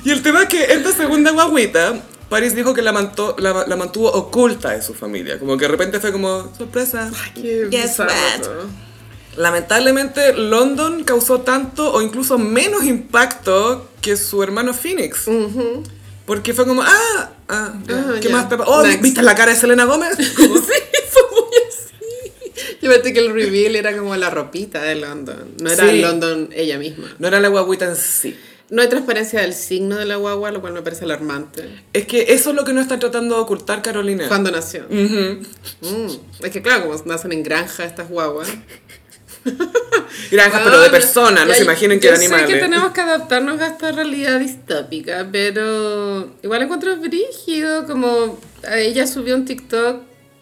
Y el tema es que esta segunda guaguita, Paris dijo que la, manto- la- la mantuvo oculta de su familia. Como que de repente fue como, sorpresa.
Qué
Guess
bizarro
what?
todo.
Lamentablemente, London causó tanto o incluso menos impacto que su hermano Phoenix. Porque fue como, ah, Mm. ah, ya,
Ah,
¿qué
ya.
más te pa- Oh,
Next.
¿viste la cara de Selena Gómez? Como-
Sí, fue muy así. Yo pensé que el reveal era como la ropita de London. No era
Sí.
London ella misma.
no era la guaguita en sí.
No hay transparencia del signo de la guagua, lo cual me parece alarmante.
Es que eso es lo que no están tratando de ocultar, Carolina.
¿Cuándo nació? Mm. Es que claro, como nacen en granja estas guaguas.
Granjas,
Ah,
pero de
no.
personas, no
Ya,
se imaginen eh. que
yo
de animales.
Sé que tenemos que adaptarnos a esta realidad distópica, pero igual encuentro brígido como ella subió un TikTok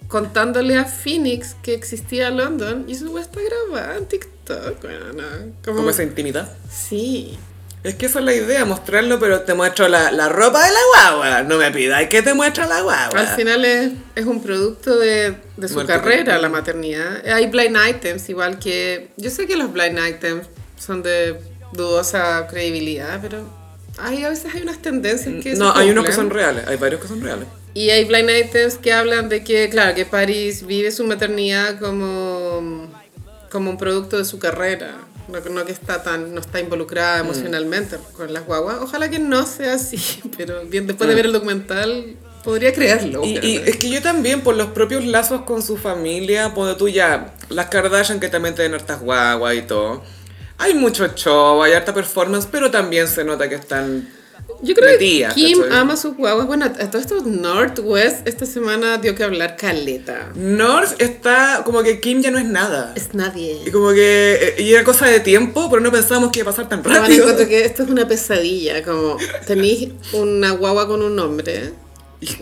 contándole a Phoenix que existía London y su wea está grabada en TikTok. Bueno, no, como-
Como esa intimidad.
Sí.
Es que esa es la idea, mostrarlo, pero te muestro la, la ropa de la guagua. No me pidáis que te muestre la guagua.
Al final es, es un producto de, de su
Bueno,
carrera
que-
la maternidad. Hay blind items igual que... Yo sé que los blind items son de dudosa credibilidad, pero hay, a veces hay unas tendencias que... se
Mm, No, hay unos
cumplen.
que son reales, hay varios que son reales.
Y hay blind items que hablan de que, claro, que Paris vive su maternidad como, como un producto de su carrera. No, no que está tan, no está involucrada
Mm.
emocionalmente con las guaguas. Ojalá que no sea así, pero bien, después de ver el documental podría creerlo.
Mm. Y, y
obviamente.
es que yo también, por los propios lazos con su familia, ponte tú ya, las Kardashian que también tienen hartas guaguas y todo. Hay mucho show, hay harta performance, pero también se nota que están...
Yo creo
metidas,
que Kim
¿cachai?
ama sus guaguas. Bueno, a todo esto Northwest esta semana dio que hablar caleta.
North está como que Kim ya no es nada.
Es nadie.
Y como que eh, y era cosa de tiempo, pero no pensábamos que iba a pasar tan
No, me
rápido.
encuentro que esto es una pesadilla, como tenéis una guagua con un hombre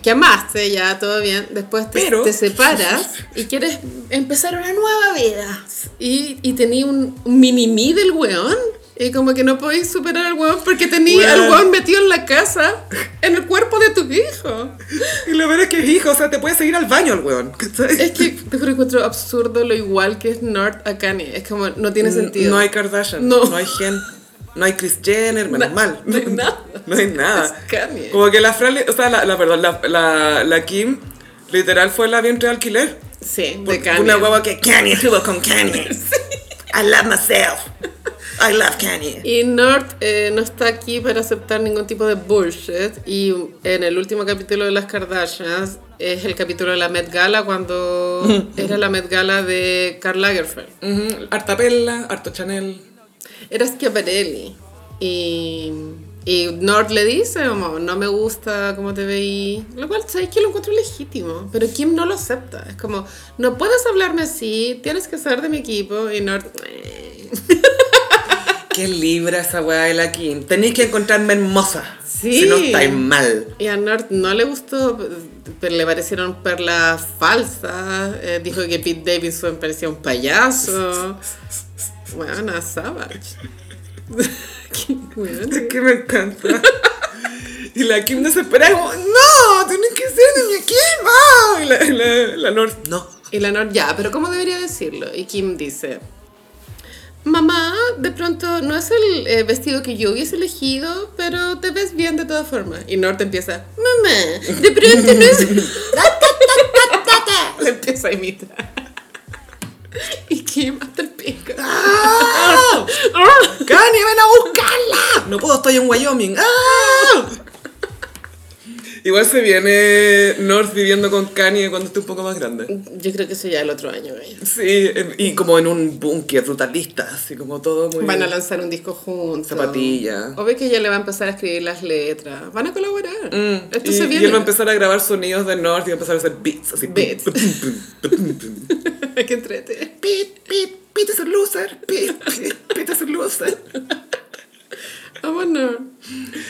que amaste, ya todo bien, después te,
Pero-
te separas y quieres empezar una nueva vida y, y tení un mini mí del weón y como que no podéis superar al weón porque tení al
Weón.
weón metido en la casa, en el cuerpo de tu hijo.
Y lo peor es que es hijo, o sea, te puede seguir al baño el weón. ¿cachai?
Es que te juro que encuentro absurdo lo igual que es North a Kanye, es como no tiene sentido.
No hay Kardashian, no,
No.
hay Gen, no hay Kris Jenner, menos
Na-
mal.
no hay nada.
No hay
Es
nada.
Kanye.
Como que la Fran, o sea, la, la- perdón, la, la, la Kim, literal fue la vientre de alquiler.
Sí,
Por-
de Kanye.
Una hueva que Kanye estuvo con Kanye.
I love myself. I love Kanye.
Y North eh, no está aquí para aceptar ningún tipo de bullshit. Y en el último capítulo de Las Kardashians es el capítulo de la Met Gala cuando era la Met Gala de Karl Lagerfeld.
Ujú, Harta Pella, harto Chanel.
Era Schiaparelli. Y, y North le dice, como, no me gusta cómo te veí. Lo cual, ¿sabes que Lo encuentro legítimo. Pero Kim no lo acepta. Es como, no puedes hablarme así, tienes que ser de mi equipo. Y North...
Qué libra esa weá de la Kim. Tenéis que encontrarme hermosa.
Sí.
Si no estáis mal.
Y a Nord no le gustó, pero le parecieron perlas falsas. eh, dijo que Pete Davidson parecía un payaso. Bueno, Savage. Qué weona.
Es que me encanta. Y la Kim desesperada, como, no, tienes que ser de mi equipo. Y la, la, la North, no.
Y la Nord, ya, pero ¿cómo debería decirlo? Y Kim dice: Mamá, de pronto no es el eh, vestido que yo hubiese elegido, pero te ves bien de todas formas. Y Nord empieza: Mamá, de pronto no es. Le empieza a imitar. Y Kim hasta el pico.
¡Ah! ¡Kanye, ven a buscarla! No puedo, estoy en Wyoming. ¡Ah! Igual se viene North viviendo con Kanye cuando esté un poco más grande.
Yo creo que eso ya el otro año, gallo.
Sí, en- y como en un búnker brutalista, así como todo muy...
Van a lanzar un disco juntos.
Zapatilla.
Obvio que ella le va a empezar a escribir las letras. Van a colaborar.
Mm,
Esto
y,
se
y
viene.
él va a empezar a grabar sonidos de North y va a empezar a hacer beats, así.
Beats.
pum, pum, pum, pum, pum.
que entrete.
Pete, Pete, Pete es un loser. Pete, Pete, Pete es un loser.
Vámonos.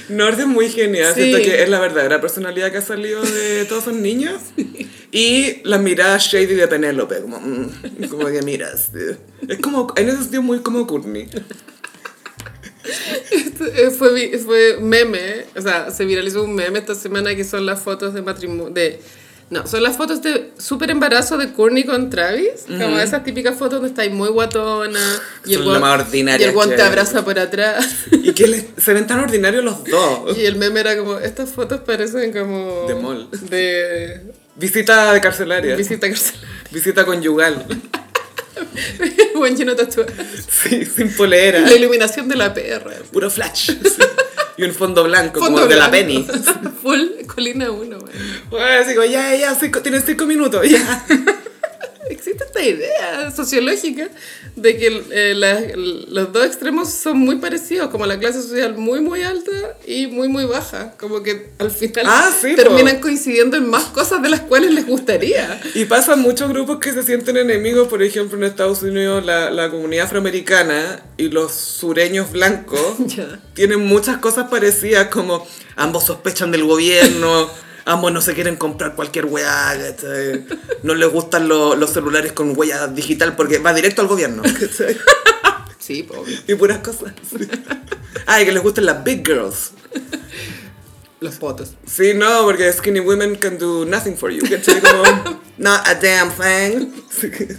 North es muy genial.
Sí.
Siento que es la verdadera personalidad que ha salido de todos esos niños. Y la mirada shady de Penélope. Como, mm, como que miras. eh. Es como, en ese sentido, muy como Courtney.
Eh, Fue, vi- fue meme, ¿eh? o sea, se viralizó un meme esta semana que son las fotos de matrimonio, de... No, son las fotos de súper embarazo de Courtney con Travis, como esas típicas fotos donde estáis muy guatona y el
Son las
guan-
más ordinarias
y el guan
que-
te abraza por atrás.
Y que les- se ven tan ordinarios los dos.
Y el meme era como, estas fotos parecen como...
De mall.
De
Visita de carcelaria.
visita cárcel.
Visita conyugal.
Buen lleno de tatuajes.
Sí, sin polera.
La iluminación de la perra.
Puro flash. Y un fondo blanco,
Fondo
como de la Penny.
blanco. Full colina 1, güey.
Bueno, digo, ya, ya, cinco- tienen cinco minutos, ya.
Existe esta idea sociológica de que eh, la- los dos extremos son muy parecidos, como la clase social muy, muy alta y muy, muy baja. Como que al final
Ah, sí, po.
terminan coincidiendo en más cosas de las cuales les gustaría.
Y pasan muchos grupos que se sienten enemigos, por ejemplo, en Estados Unidos la, la comunidad afroamericana y los sureños blancos
Ya.
tienen muchas cosas parecidas, como ambos sospechan del gobierno, ambos no se quieren comprar cualquier weá, ¿cachai? no les gustan lo- los celulares con huella digital porque va directo al gobierno. ¿cachai?
Sí, pobre.
Y puras cosas. así. Ah, y que les gustan las big girls.
Los potos.
Sí, no, porque skinny women can do nothing for you, ¿cachai? Como, not a damn thing. Así que-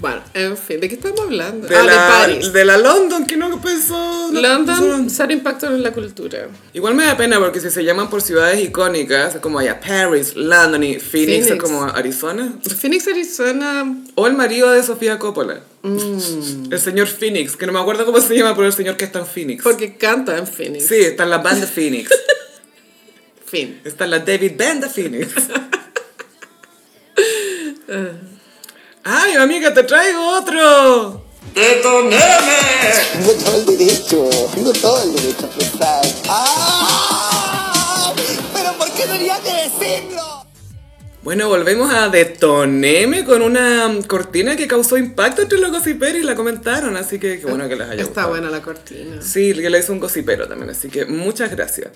Bueno, en fin, ¿de qué estamos hablando?
De,
ah,
la,
de París.
de la London, que no pensó. no pensó.
London, cero impacto en la cultura.
Igual me da pena porque si se llaman por ciudades icónicas, es como allá Paris, London y Phoenix, es
Phoenix.
como Arizona.
Phoenix, Arizona, mm,
O el marido de Sofía Coppola. El señor Phoenix, que no me acuerdo cómo se llama, pero el señor que está en Phoenix.
porque canta en Phoenix.
Sí, está en la banda Phoenix.
Fin.
Está en la David Banda Phoenix. ¡Ay, amiga, te traigo otro!
Tengo todo el derecho, tengo todo el derecho a pensar. ¡Ah! ¿Pero por qué tenías que decirlo?
Bueno, volvemos a Detoneme con una cortina que causó impacto entre los gossiperos y la comentaron, así que qué bueno que las haya
Está
gustado.
buena la cortina.
Sí, que la hizo un gossipero también, así que muchas gracias.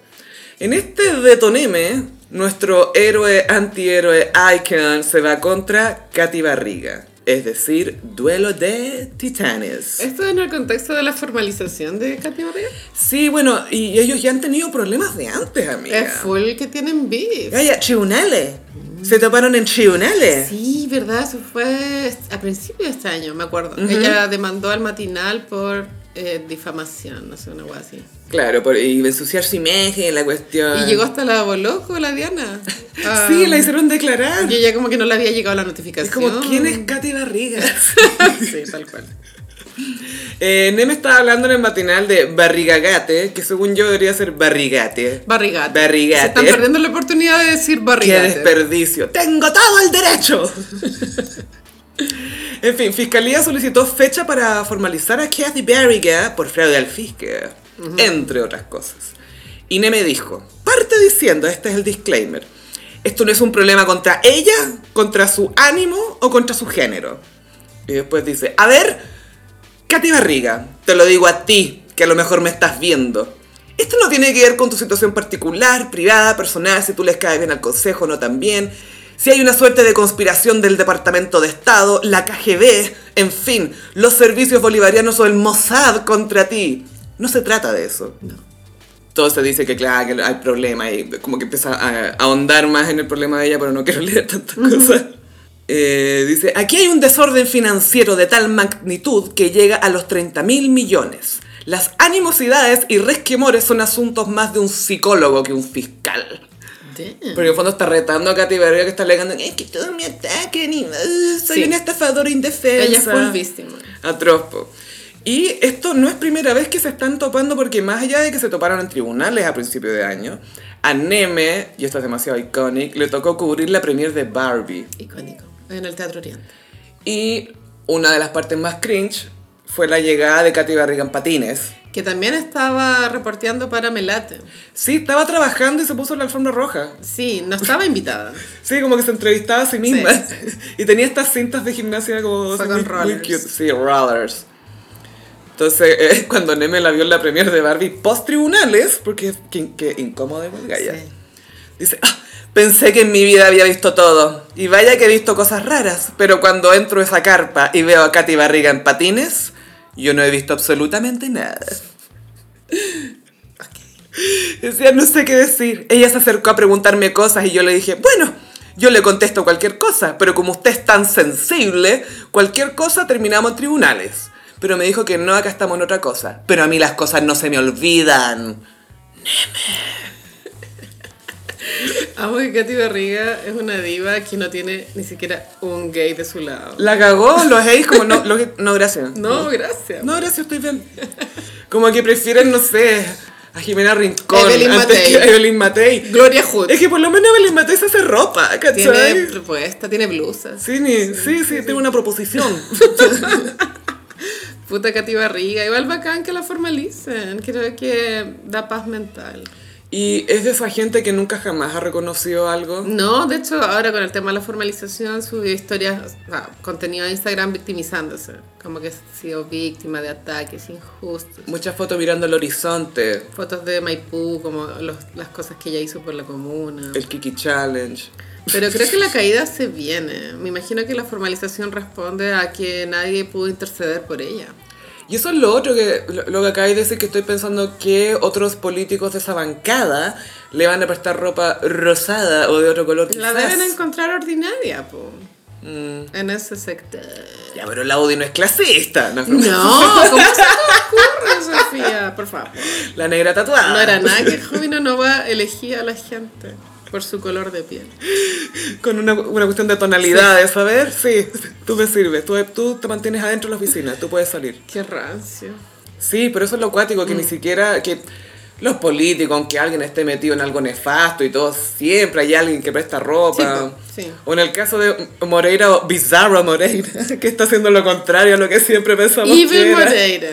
En este detoneme, nuestro héroe, antihéroe, Icon, se va contra Katy Barriga. Es decir, duelo de titanes.
Esto en el contexto de la formalización de Katy Barriga.
Sí, bueno, y ellos ya han tenido problemas de antes, amiga.
Es full que tienen beef.
Calla, tribunales. Se toparon en tribunales.
Sí, verdad, eso fue a principios de este año, me acuerdo. Ella demandó al matinal por eh, difamación, no sé, una cosa así.
Claro, por, y ensuciar su imagen, la cuestión.
Y llegó hasta la Boloco, la Diana. Ah,
Sí, la hicieron declarar.
Y ella como que no le había llegado la notificación.
Es como, ¿quién es Katy Barriga?
sí, tal cual.
Eh, Neme estaba hablando en el matinal de barrigagate, que según yo debería ser barrigate.
Barrigate.
Barrigate.
Se están perdiendo la oportunidad de decir
¡Qué
barrigate.
desperdicio! ¡Tengo todo el derecho! en fin, Fiscalía solicitó fecha para formalizar a Kathy Barriga por fraude al fisco, entre otras cosas. Y Neme dijo, parte diciendo, este es el disclaimer, esto no es un problema contra ella, contra su ánimo o contra su género. Y después dice, a ver, Katy Barriga, te lo digo a ti, que a lo mejor me estás viendo. Esto no tiene que ver con tu situación particular, privada, personal, si tú les caes bien al consejo o no también. Si hay una suerte de conspiración del Departamento de Estado, la KGB, en fin, los servicios bolivarianos o el Mossad contra ti. No se trata de eso. Todo se dice que, claro, que hay problema y como que empieza a a ahondar más en el problema de ella, pero no quiero leer tantas cosas. Eh, dice, aquí hay un desorden financiero de tal magnitud que llega a los 30 mil millones. Las animosidades y resquemores son asuntos más de un psicólogo que un fiscal.
Damn.
Porque en el fondo está retando a Katy Barriga que está alegando, es que todos me ataquen y uh, soy
Sí.
un estafador indefensa.
Ella es full víctima.
Atroz, po. Y esto no es primera vez que se están topando porque más allá de que se toparon en tribunales a principio de año, a Neme, y esto es demasiado icónico, le tocó cubrir la premier de Barbie.
Icónico. En el Teatro Oriente.
Y una de las partes más cringe fue la llegada de Katy Barriga en patines.
Que también estaba reporteando para Melate.
Sí, estaba trabajando y se puso la alfombra roja.
Sí, no estaba invitada.
Sí, como que se entrevistaba a sí misma. Y tenía estas cintas de gimnasia como... muy-
Fue con
muy
rollers.
cute. Sí, rollers. Entonces, eh, cuando Neme la vio en la premier de Barbie post-tribunales, porque qué, qué incómodo igual, Gaya,
Sí.
dice, "Ah, pensé que en mi vida había visto todo. Y vaya que he visto cosas raras, pero cuando entro a esa carpa y veo a Katy Barriga en patines, yo no he visto absolutamente nada. Decía, no sé qué decir. Ella se acercó a preguntarme cosas y yo le dije, bueno, yo le contesto cualquier cosa, pero como usted es tan sensible, cualquier cosa terminamos en tribunales. Pero me dijo que no, acá estamos en otra cosa. Pero a mí las cosas no se me olvidan.
Amo que Katy Barriga es una diva que no tiene ni siquiera un gay de su lado.
La cagó, los gays como no, los gays- no gracias.
No, gracias.
No, gracias, estoy bien. Como que prefieren, no sé, a Jimena Rincón
Evelyn
antes
Matei.
que a Evelyn Matei.
Gloria Hood.
Es que por lo menos Evelyn Matei se hace ropa, ¿cachai?
Tiene propuesta, tiene blusas.
Sí, ni- sí, sí, tengo una proposición.
Puta Katy Barriga. Igual bacán que la formalicen. Creo que da paz mental.
Y es de esa gente que nunca jamás ha reconocido algo.
No, de hecho, ahora con el tema de la formalización, su historia, o sea, contenido de Instagram victimizándose. Como que ha sido víctima de ataques injustos.
Muchas fotos mirando el horizonte.
Fotos de Maipú, como los- las cosas que ella hizo por la comuna.
El Kiki Challenge.
Pero creo que la caída se viene. Me imagino que la formalización responde a que nadie pudo interceder por ella.
Y eso es lo otro que lo, lo que acabáis de decir que estoy pensando que otros políticos de esa bancada le van a prestar ropa rosada o de otro color.
La
quizás. Mm.
deben encontrar ordinaria, po. En ese sector.
Ya, pero el Audi no es clasista. No, es broma.
No, ¿cómo se te ocurre, Sofía? Por favor.
La negra tatuada.
No era nada que Jovino Nova elegía a la gente por su color de piel.
Con una, una cuestión de tonalidad, de saber, sí, tú me sirves, tú, tú te mantienes adentro de la oficina, tú puedes salir.
Qué rancio.
Sí, pero eso es lo cuático,
Mm.
que ni siquiera, que los políticos, aunque alguien esté metido en algo nefasto y todo, siempre hay alguien que presta ropa.
Sí, sí.
O en el caso de Moreira, o Bizarra Moreira, que está haciendo lo contrario a lo que siempre pensamos que
Evil
era.
Moreira.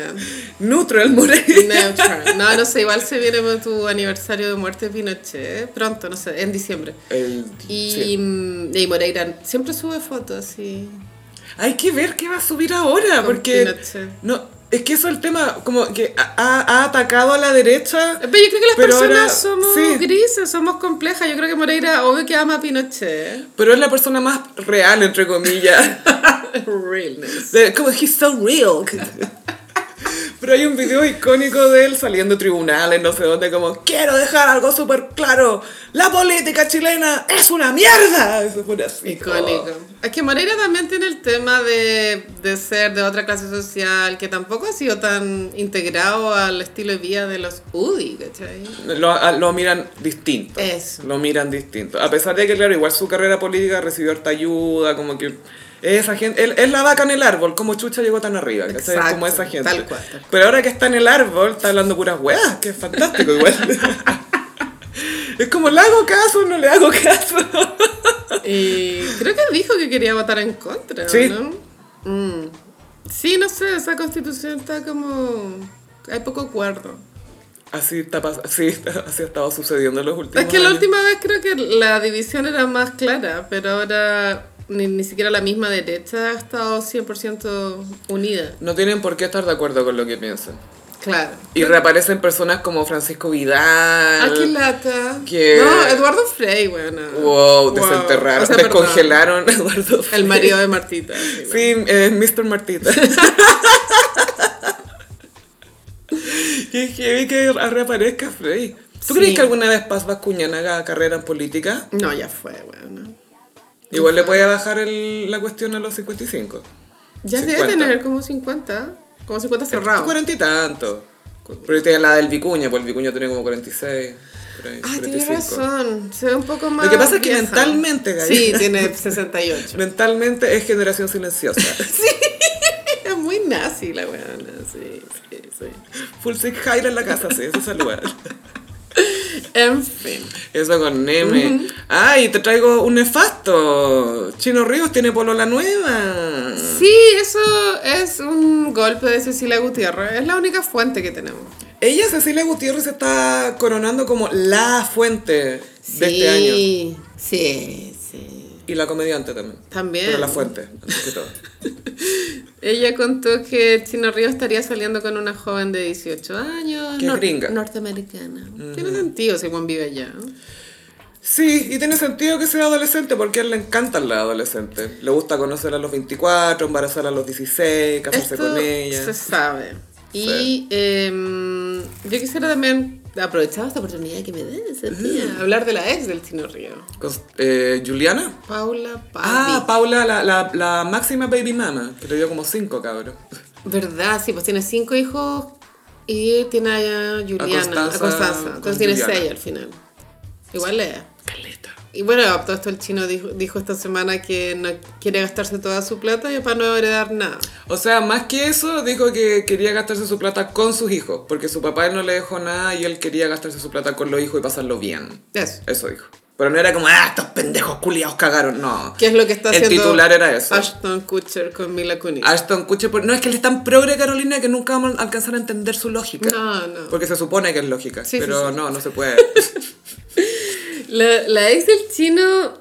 Neutral Moreira.
Neutral. No, no sé, igual se viene por tu aniversario de muerte de Pinochet. Pronto, no sé, en diciembre.
El-
Y,
sí.
mm, y Moreira siempre sube fotos así.
Hay que ver qué va a subir ahora,
Con
porque...
Pinochet.
No, es que eso es el tema, como que ha- ha, ha atacado a la derecha...
Pero yo creo que las
Pero ahora-
personas somos
sí.
grises, somos complejas. Yo creo que Moreira, obvio que ama a Pinochet.
Pero es la persona más real, entre comillas.
Realness.
De- como, he's so real. Pero hay un video icónico de él saliendo a tribunales, no sé dónde, como, quiero dejar algo súper claro. La política chilena es una mierda. Eso fue así.
Icónico.
Oh.
Es que Moreira también tiene el tema de, de ser de otra clase social, que tampoco ha sido tan integrado al estilo de vida de los UDI, ¿cachai?
Lo, a- lo miran distinto.
Eso.
Lo miran distinto. A pesar de que, claro, igual su carrera política recibió harta ayuda, como que. Esa gente, él- es la vaca en el árbol, como Chucha llegó tan arriba, ¿cachai?
Exacto,
como esa gente.
tal cual, tal cual.
Pero ahora que está en el árbol, está hablando puras huevas, que es fantástico igual. es como, ¿le hago caso o no le hago caso?
Y creo que dijo que quería votar en contra,
Sí.
¿no? Mm. Sí, no sé, esa constitución está como... Hay poco acuerdo.
Así, está pas- así, así ha estado sucediendo en los últimos
Es que la
años.
última vez creo que la división era más clara, pero ahora ni, ni siquiera la misma derecha ha estado 100% unida.
No tienen por qué estar de acuerdo con lo que piensan.
Claro.
Y reaparecen personas como Francisco Vidal.
Ah, qué lata.
que-
No, Eduardo Frey, bueno.
Wow, desenterraron,
O sea, perdón,
descongelaron a Eduardo Frey.
El marido de Martita. sí, bueno.
Sí, eh, Mr. Martita. Qué heavy que reaparezca Frey. ¿Tú
Sí.
crees que alguna vez Paz Bascuñán haga carrera en política?
No, ya fue, bueno.
Igual le puede bajar el- la cuestión a los 55.
Ya
50.
debe tener como 50. Como 50 cerrados.
40 y tanto. Pero tiene la del Vicuña, pues el Vicuña tiene como 46. por ahí,
Ay,
45.
tienes Ah, razón. Se ve un poco más.
Lo que pasa es que
vieja.
mentalmente, Gaby.
Sí, tiene 68.
Mentalmente es generación silenciosa.
Es muy nazi la weona. Sí, sí, sí.
Full sick high en la casa, sí, ese es el lugar.
En fin.
Eso con M. Ay, te traigo un nefasto. Chino Ríos tiene polola nueva.
Sí, eso es un golpe de Cecilia Gutiérrez. Es la única fuente que tenemos.
Ella, Cecilia Gutiérrez, se está coronando como la fuente de este año.
Sí, sí.
Y la comediante también.
También.
Pero la fuente, antes que todo.
Ella contó que Chino Río estaría saliendo con una joven de 18 años,
Que es gringa.
norteamericana. Tiene sentido si Juan vive allá.
Sí, y tiene sentido que sea adolescente porque a él le encantan las adolescentes. Le gusta conocer a los 24, embarazar a los 16, casarse
Esto
con ella.
se sabe. Y
Sí.
em, yo quisiera también aprovechar esta oportunidad que me den, Sofía, hablar de la ex del Chino Río,
Cos- eh, ¿Juliana?
Paula Pavi.
Ah, Paula, la, la, la máxima baby mama, que le dio como cinco, cabrón.
¿Verdad? Sí, pues tiene cinco hijos y tiene a Juliana, a
Constanza
Constanza.
con
Entonces tiene
Juliana.
seis al final. Igual es.
Caleta.
Y bueno, a todo esto el chino dijo, dijo esta semana que no quiere gastarse toda su plata y para no heredar nada.
O sea, más que eso, dijo que quería gastarse su plata con sus hijos, porque su papá no le dejó nada y él quería gastarse su plata con los hijos y pasarlo bien.
Eso.
Eso dijo.
Pero no era como, ah, estos pendejos culiados cagaron, no.
¿Qué es lo que está
El
haciendo
titular era eso. Ah,
Ashton Kutcher con Mila Kunis?
Ashton Kutcher, por- no es que él es tan progre Carolina que nunca vamos a alcanzar a entender su lógica.
No, no.
Porque se supone que es lógica,
Sí, sí,
pero
sí.
no, no se puede.
La, la ex del chino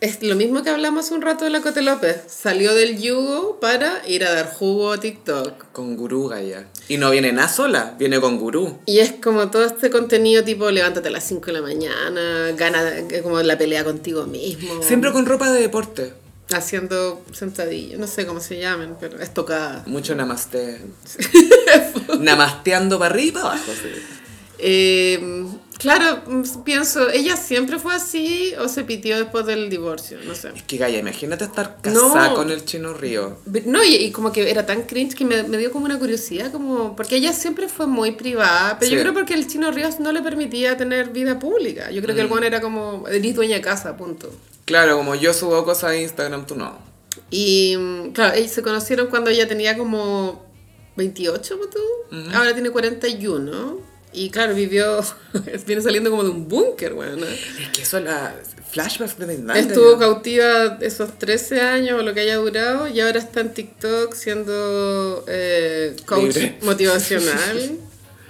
es lo mismo que hablamos hace un rato de la Cote López. Salió del yugo para ir a dar jugo a TikTok.
con gurú, Gaya. Y no viene nada sola, viene con gurú.
Y es como todo este contenido tipo levántate a las 5 de la mañana, gana eh, como la pelea contigo mismo.
Siempre con ropa de deporte.
haciendo sentadillas, no sé cómo se llamen, pero estocadas.
Mucho namaste. Namasteando para arriba y para abajo. sí.
Eh, claro, mm, pienso, ¿ella siempre fue así o se pitió después del divorcio? No sé.
Es que, Gaya, imagínate estar
No.
casada con el chino río.
Pero- No, y, y como que era tan cringe que me, me dio como una curiosidad, como porque ella siempre fue muy privada, pero yo
Sí.
creo porque el chino Ríos no le permitía tener vida pública. Yo
Mm.
creo que el one era como, eres dueña de casa, punto.
Claro, como yo subo cosas a Instagram, tú no.
Y mm, claro, ellos se conocieron cuando ella tenía como 28, ¿no tú? Ahora tiene 41. Y claro, vivió, viene saliendo como de un búnker, bueno.
Es que eso es la flashback de Vinland.
Estuvo
Gaya.
cautiva esos 13 años o lo que haya durado y ahora está en TikTok siendo eh, coach
Libre.
motivacional.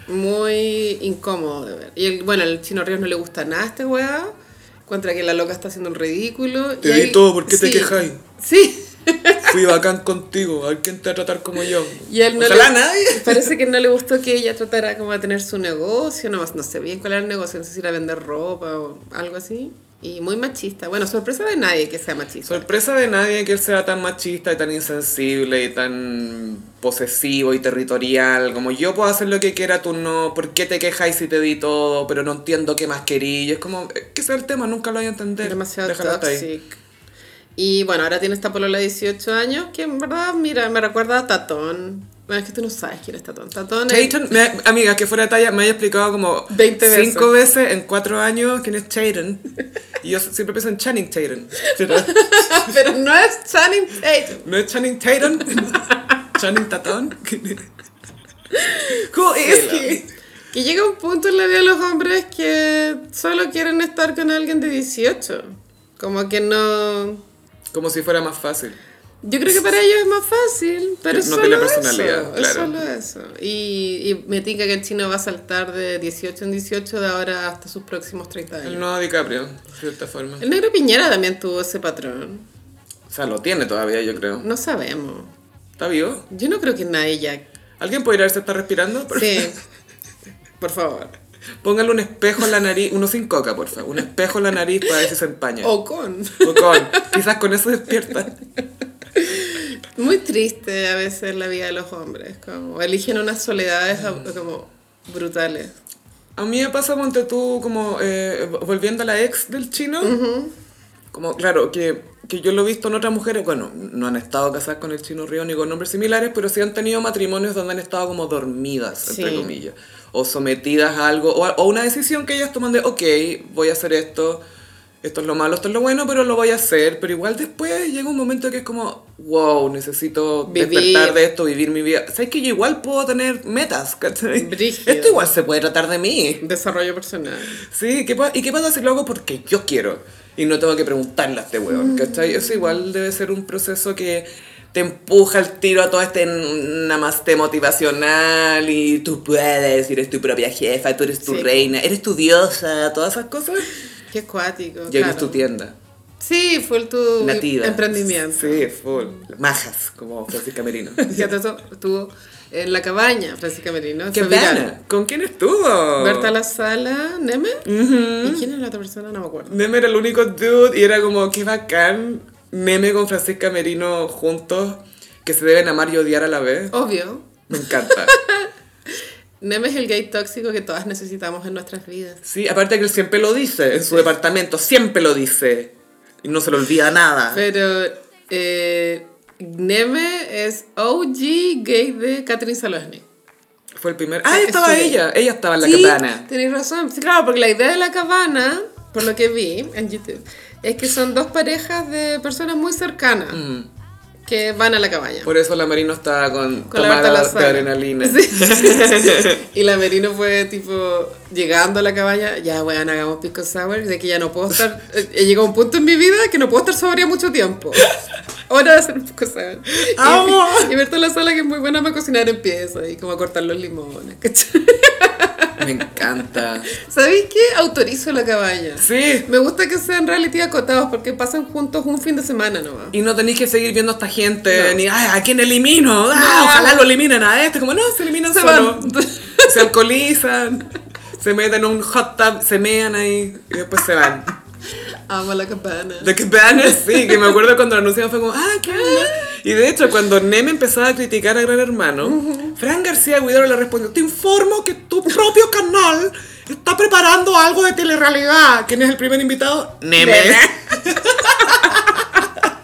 Muy incómodo de ver. Y el, bueno, al Chino Ríos no le gusta nada a este weá. Encuentra que la loca está haciendo un ridículo.
Te di todo, ¿por qué te quejáis?
Sí.
Fui bacán contigo, hay quien te va a tratar como yo.
Y él no
Ojalá
le-
nadie.
Parece que no le gustó que ella tratara como de tener su negocio, nomás no sé bien cuál era el negocio, no sé si era vender ropa o algo así. Y muy machista. Bueno, sorpresa de nadie que sea machista.
Sorpresa de nadie que él sea tan machista y tan insensible y tan posesivo y territorial. Como yo puedo hacer lo que quiera, tú no. ¿Por qué te quejáis si te di todo? Pero no entiendo qué más querí. Y es como, eh, que sea el tema, nunca lo voy a entender.
Demasiado
Déjalo hasta ahí.
toxic. Y bueno, ahora tiene esta polola de 18 años que en verdad, mira, me recuerda a Tatón. Bueno, es que tú no sabes quién es Tatón. Tatón es-
Chayton, me- amiga, que fuera de talla, me haya explicado como
20 veces.
cinco veces en cuatro años quién es Chayton. Y yo siempre pienso en Channing Tatum. Pero
Pero no es Channing Tatum.
¿No es Channing Tatum? ¿Channing Tatón? ¿Cómo es que-
Que llega un punto en la vida de los hombres que solo quieren estar con alguien de 18. Como que no...
Como si fuera más fácil.
Yo creo que para ellos es más fácil, pero
No
es solo
tiene personalidad,
eso. Es
claro.
solo eso. Y, y me tinca que el chino va a saltar de 18 en 18 de ahora hasta sus próximos 30
El
años.
nuevo DiCaprio, de cierta forma.
El negro Piñera también tuvo ese patrón.
O sea, lo tiene todavía, yo creo.
No sabemos.
¿Está vivo?
Yo no creo que nadie ya.
¿Alguien puede ir a ver si está respirando? Por-
Sí. Por favor.
Póngale un espejo en la nariz, uno sin coca, por favor. Un espejo en la nariz para ver si se empaña.
O con.
O con. Quizás con eso despierta.
Muy triste a veces la vida de los hombres. Como eligen unas soledades a- como brutales.
A mí me pasa, ponte tú, como eh, volviendo a la ex del chino. Como, claro, que, que yo lo he visto en otras mujeres. Bueno, no han estado casadas con el chino río ni con hombres similares, pero sí han tenido matrimonios donde han estado como dormidas, entre
Sí.
comillas. O sometidas a algo, o, a- o una decisión que ellas toman de, ok, voy a hacer esto, esto es lo malo, esto es lo bueno, pero lo voy a hacer. Pero igual después llega un momento que es como, wow, necesito
Vivir.
despertar de esto, vivir mi vida. ¿Sabes que yo igual puedo tener metas? ¿cachai?
Brígido.
Esto igual pues, se puede tratar de mí.
Desarrollo personal.
Sí, ¿qué pa- ¿y qué pasa si lo hago porque yo quiero? Y no tengo que preguntarle a este weón, ¿cachai? Eso igual debe ser un proceso que te empuja el tiro a todo este namaste motivacional y tú puedes, y eres tu propia jefa, tú eres tu
Sí.
reina, eres tu diosa, todas esas cosas.
Qué acuático.
Y
claro.
abres tu tienda,
Sí, fue tu
nativa.
emprendimiento.
Sí, full. Majas, como Francisca Merino.
Ya te so- estuvo en la cabaña, Francisca Merino.
¡Qué
fue viral.
pena! ¿Con quién estuvo?
Berta La Sala, Neme. ¿Y quién es la otra persona? No me acuerdo.
Neme era el único dude y era como, qué bacán. Neme con Francisca Merino juntos, que se deben amar y odiar a la vez.
Obvio.
Me encanta.
Neme es el gay tóxico que todas necesitamos en nuestras vidas.
Sí, aparte que él siempre lo dice en su departamento, siempre lo dice. Y no se le olvida nada.
Pero eh, Neme es OG gay de Catherine Salosny.
Fue el primer... Ah, estaba
Estuve.
ella. Ella estaba en la
sí,
cabana.
Tenéis razón. Sí, claro, porque la idea de la cabana, por
Mm.
lo que vi en YouTube, es que son dos parejas de personas muy cercanas. que van a la cabaña.
Por eso la Marino estaba con,
Con la
tomada
Berta
de
Lazara.
adrenalina.
Sí. y la Merino fue tipo llegando a la cabaña, ya weón, hagamos pisco sour, de que ya no puedo estar, eh, he llegado a un punto en mi vida que no puedo estar sobria mucho tiempo. Hora de hacer pisco sour. Y-
¡Amo!
Y Berta la sala que es muy buena para cocinar empieza y como a cortar los limones. ¿cachai?
Me encanta.
¿Sabéis qué? Autorizo la cabaña.
Sí.
Me gusta que sean reality acotados porque pasan juntos un fin de semana nomás.
Y no tenéis que seguir viendo a esta gente,
No.
ni "Ay, a quién elimino, Ah,
No.
ojalá lo eliminan a este, como no, se eliminan
Se
solo.
van.
Se alcoholizan, se meten en un hot tub, se mean ahí y después se van.
Amo la campana.
The Cabana, sí, que me acuerdo cuando lo anunciaron fue como, ah, qué onda. Y de hecho, cuando Neme empezaba a criticar a Gran Hermano, Fran García Guidaro le respondió, te informo que tu propio canal está preparando algo de telerrealidad. ¿Quién es el primer invitado? Neme.
Neme.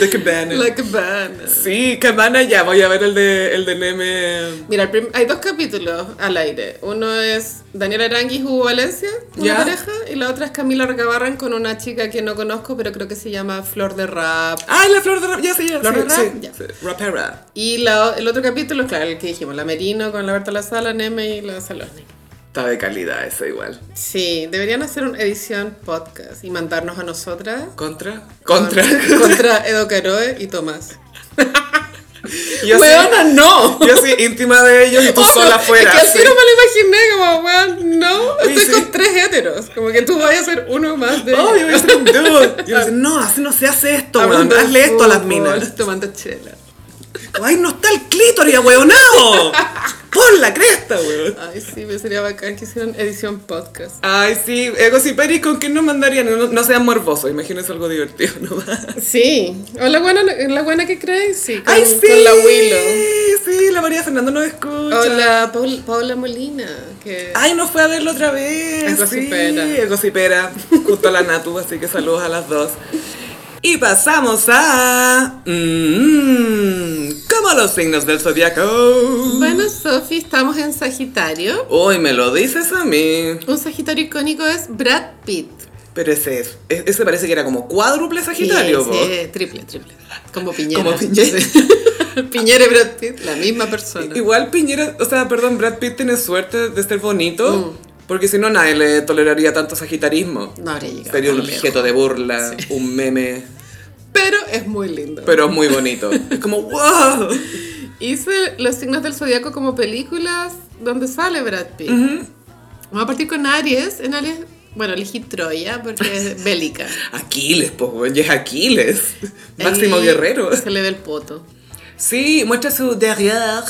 The Cabana.
La campana.
Sí, Cabana ya, voy a ver el de, el de Neme.
Mira, el prim- hay dos capítulos al aire. Uno es Daniela Aranguis, Hugo Valencia, una
Ya.
pareja, y la otra es Camila Recabarren con una chica que no conozco, pero creo que se llama Flor de Rap.
Ah, la flor de rap, ya sí, ya,
Flor
sí,
de rap,
sí,
ya.
sí, rapera.
Y la o- el otro capítulo, claro, el que dijimos, la Merino con la Berta La Sala, Neme y la Saloni.
Está de calidad eso igual.
Sí, deberían hacer una edición podcast y mandarnos a nosotras.
¿Contra? ¿Contra?
Con- Contra Edo Caroe y Tomás.
Yo sí-
¡Huevona, no!
Yo soy íntima de ellos y tú
Obvio,
sola fuera.
Es que al
sí.
tiro me lo imaginé, como, weón, no,
Oye,
estoy
sí.
con tres héteros. Como que tú vas a ser uno más de
Oh, yo voy a
ellos.
ser un dude. Y yo decía, no, así no se hace esto, weón.
Hablando de
Hazle esto a las
fútbol,
minas.
Tomando chela.
Ay, no está el clítoris, ahueonado. Pon la cresta, weón.
Ay, sí, me sería bacán que hicieran edición podcast.
Ay, sí, Egos y Peris, ¿con qué nos mandarían? No, no sean morbosos, imagínense algo divertido nomás.
Sí. O la buena, la buena que crees, sí. Con,
Ay, sí.
con la Willow.
Sí, la María Fernando nos escucha.
O la Paul- Paula Molina, que...
Ay, nos fue a verlo otra vez.
El gocipera.
Sí, el gocipera. Junto a la Natu, así que saludos a las dos. Y pasamos a. mm, ¿Cómo los signos del zodiaco?
Bueno, Sofi, estamos en Sagitario.
Uy, me lo dices a mí.
Un Sagitario icónico es Brad Pitt.
Pero ese es. e- Ese parece que era como cuádruple Sagitario,
sí,
vos.
sí, triple, triple. Como Piñera.
Como Piñera.
Sí. Piñera y Brad Pitt, la misma persona.
Igual Piñera, o sea, perdón, Brad Pitt tiene suerte de ser bonito.
Mm.
Porque si no, nadie le toleraría tanto sagitarismo.
No habría llegado.
Sería un
tan lejos.
objeto de burla, un meme,
Pero es muy lindo.
pero muy bonito. Es como, wow.
Hice los signos del zodiaco como películas donde sale Brad Pitt. Vamos a partir con Aries. En Aries, bueno, elegí Troya porque es bélica.
Aquiles, pues, weón, y es Aquiles. Máximo
Ahí
guerrero.
Se le ve el poto.
Sí, muestra su derrière.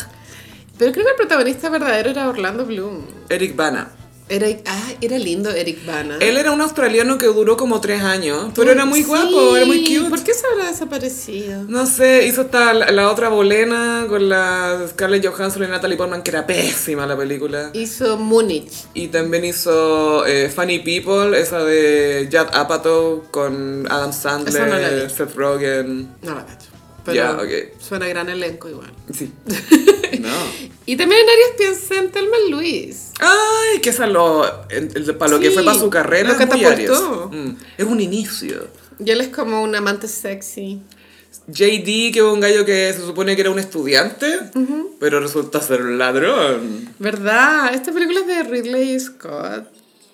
Pero creo que el protagonista verdadero era Orlando Bloom.
Eric Bana.
Era, ah, era lindo Eric Bana.
Él era un australiano que duró como tres años, pero era muy
Sí,
guapo, era muy cute.
¿Por qué se habrá desaparecido?
No sé, hizo esta, la, la otra bolena con la Scarlett Johansson y Natalie Portman, que era pésima la película.
Hizo Múnich.
Y también hizo eh, Funny People, esa de Judd Apatow con Adam
Esa no la
Sandler,
vi.
Seth Rogen.
No la cacho.
Ya,
Pero
ok.
suena gran elenco igual.
Sí. no.
Y también en Aries piensa en Thelma Luis.
Ay, que esa lo, en- el- para lo que
Sí,
fue para su carrera
lo
es muy
catapultó.
Aries. Mm, es un inicio.
Y él es como un amante sexy.
JD, que es un gallo que se supone que era un estudiante, pero resulta ser un ladrón.
¿Verdad? Esta película es de Ridley Scott.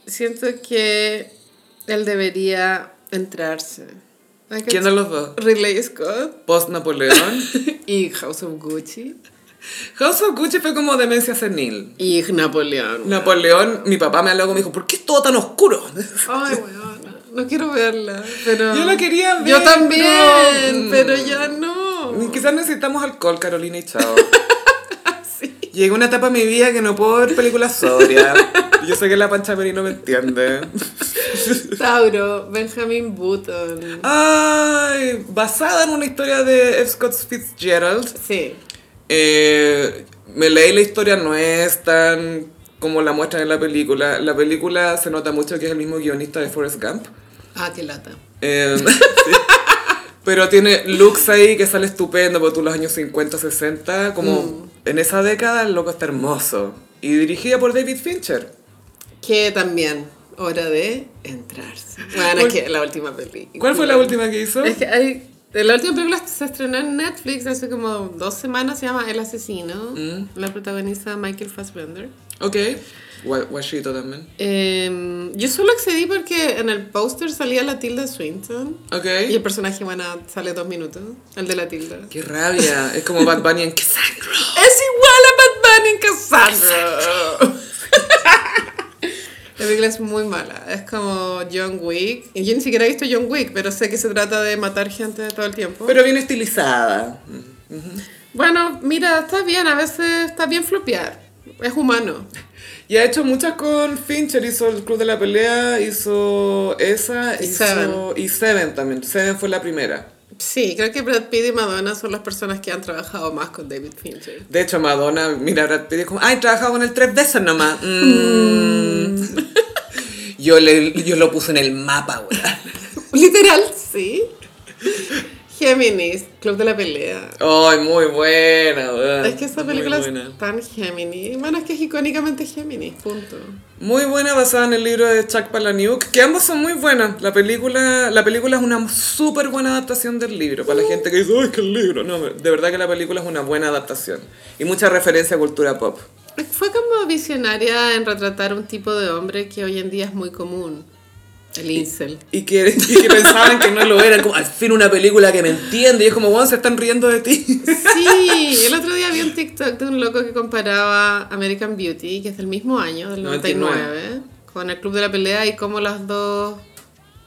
Siento que él debería entrarse. Ay,
¿Quién de los dos?
Ridley Scott
Post-Napoleón.
y House of Gucci
House of Gucci fue como demencia senil.
y Napoleón.
Napoleón, mi papá me habló y me dijo, ¿por qué es todo tan oscuro?
Ay, weón, no quiero verla, pero...
Yo la quería ver,
Yo también,
no.
pero ya no.
Quizás necesitamos alcohol, Carolina, y chao. Llegó una etapa en mi vida que no puedo ver películas sobrias. Yo sé que la pancha no me entiende.
Tauro, Benjamin Button.
Ay, basada en una historia de F. Scott Fitzgerald.
Sí.
Eh, me leí la historia, no es tan como la muestran en la película. La película se nota mucho que es el mismo guionista de Forrest Gump.
Ah, qué lata.
Eh, sí. Pero tiene looks ahí que sale estupendo, porque tú los años 50, 60, como
Mm.
en esa década el loco está hermoso. Y dirigida por David Fincher.
Que también, hora de entrarse. Bueno, es que la última película.
¿Cuál fue la última que hizo?
Es que hay La última película se estrenó en Netflix hace como dos semanas, se llama El Asesino. La protagoniza Michael Fassbender.
Ok. Gua- Guachito también.
Eh, yo solo accedí porque en el póster salía la Tilda Swinton.
Ok.
Y el personaje, bueno, sale dos minutos. El de la Tilda.
Qué rabia. Es como Bad Bunny en Cassandra.
Es igual a Batman en Cassandra. La película es muy mala. Es como John Wick. Y Yo ni siquiera he visto John Wick, pero sé que se trata de matar gente todo el tiempo.
Pero bien estilizada.
bueno, mira, está bien. A veces está bien flopear. Es humano.
Y ha hecho muchas con Fincher, hizo el Club de la Pelea, hizo esa,
Y
hizo-
Seven.
y Seven también. Seven fue la primera.
Sí, creo que Brad Pitt y Madonna son las personas que han trabajado más con David Fincher.
De hecho, Madonna, mira, Brad Pitt es como, ay, he trabajado con él tres veces nomás. Mm.
Yo, le, yo lo puse en el mapa, güey.
Literal, sí. Géminis, Club de la Pelea.
Ay, muy buena, weón.
Es que esa
Muy
película
buena.
es tan Géminis. Bueno, es que es icónicamente Géminis, punto.
Muy buena, basada en el libro de Chuck Palahniuk, que ambos son muy buenas. La película, la película es una súper buena adaptación del libro. Para la gente que dice, ay, que el libro. No, de verdad que la película es una buena adaptación. Y mucha referencia a cultura pop.
Fue como visionaria en retratar un tipo de hombre que hoy en día es muy común. El incel.
Y que, y que pensaban que no lo
Era
eran.
como, al fin una película que me entiende. Y es como, weón, se están riendo de ti.
Sí, el otro día vi un TikTok de un loco que comparaba American Beauty, que es del mismo año, del 99,
99,
con el Club de la Pelea y cómo las dos,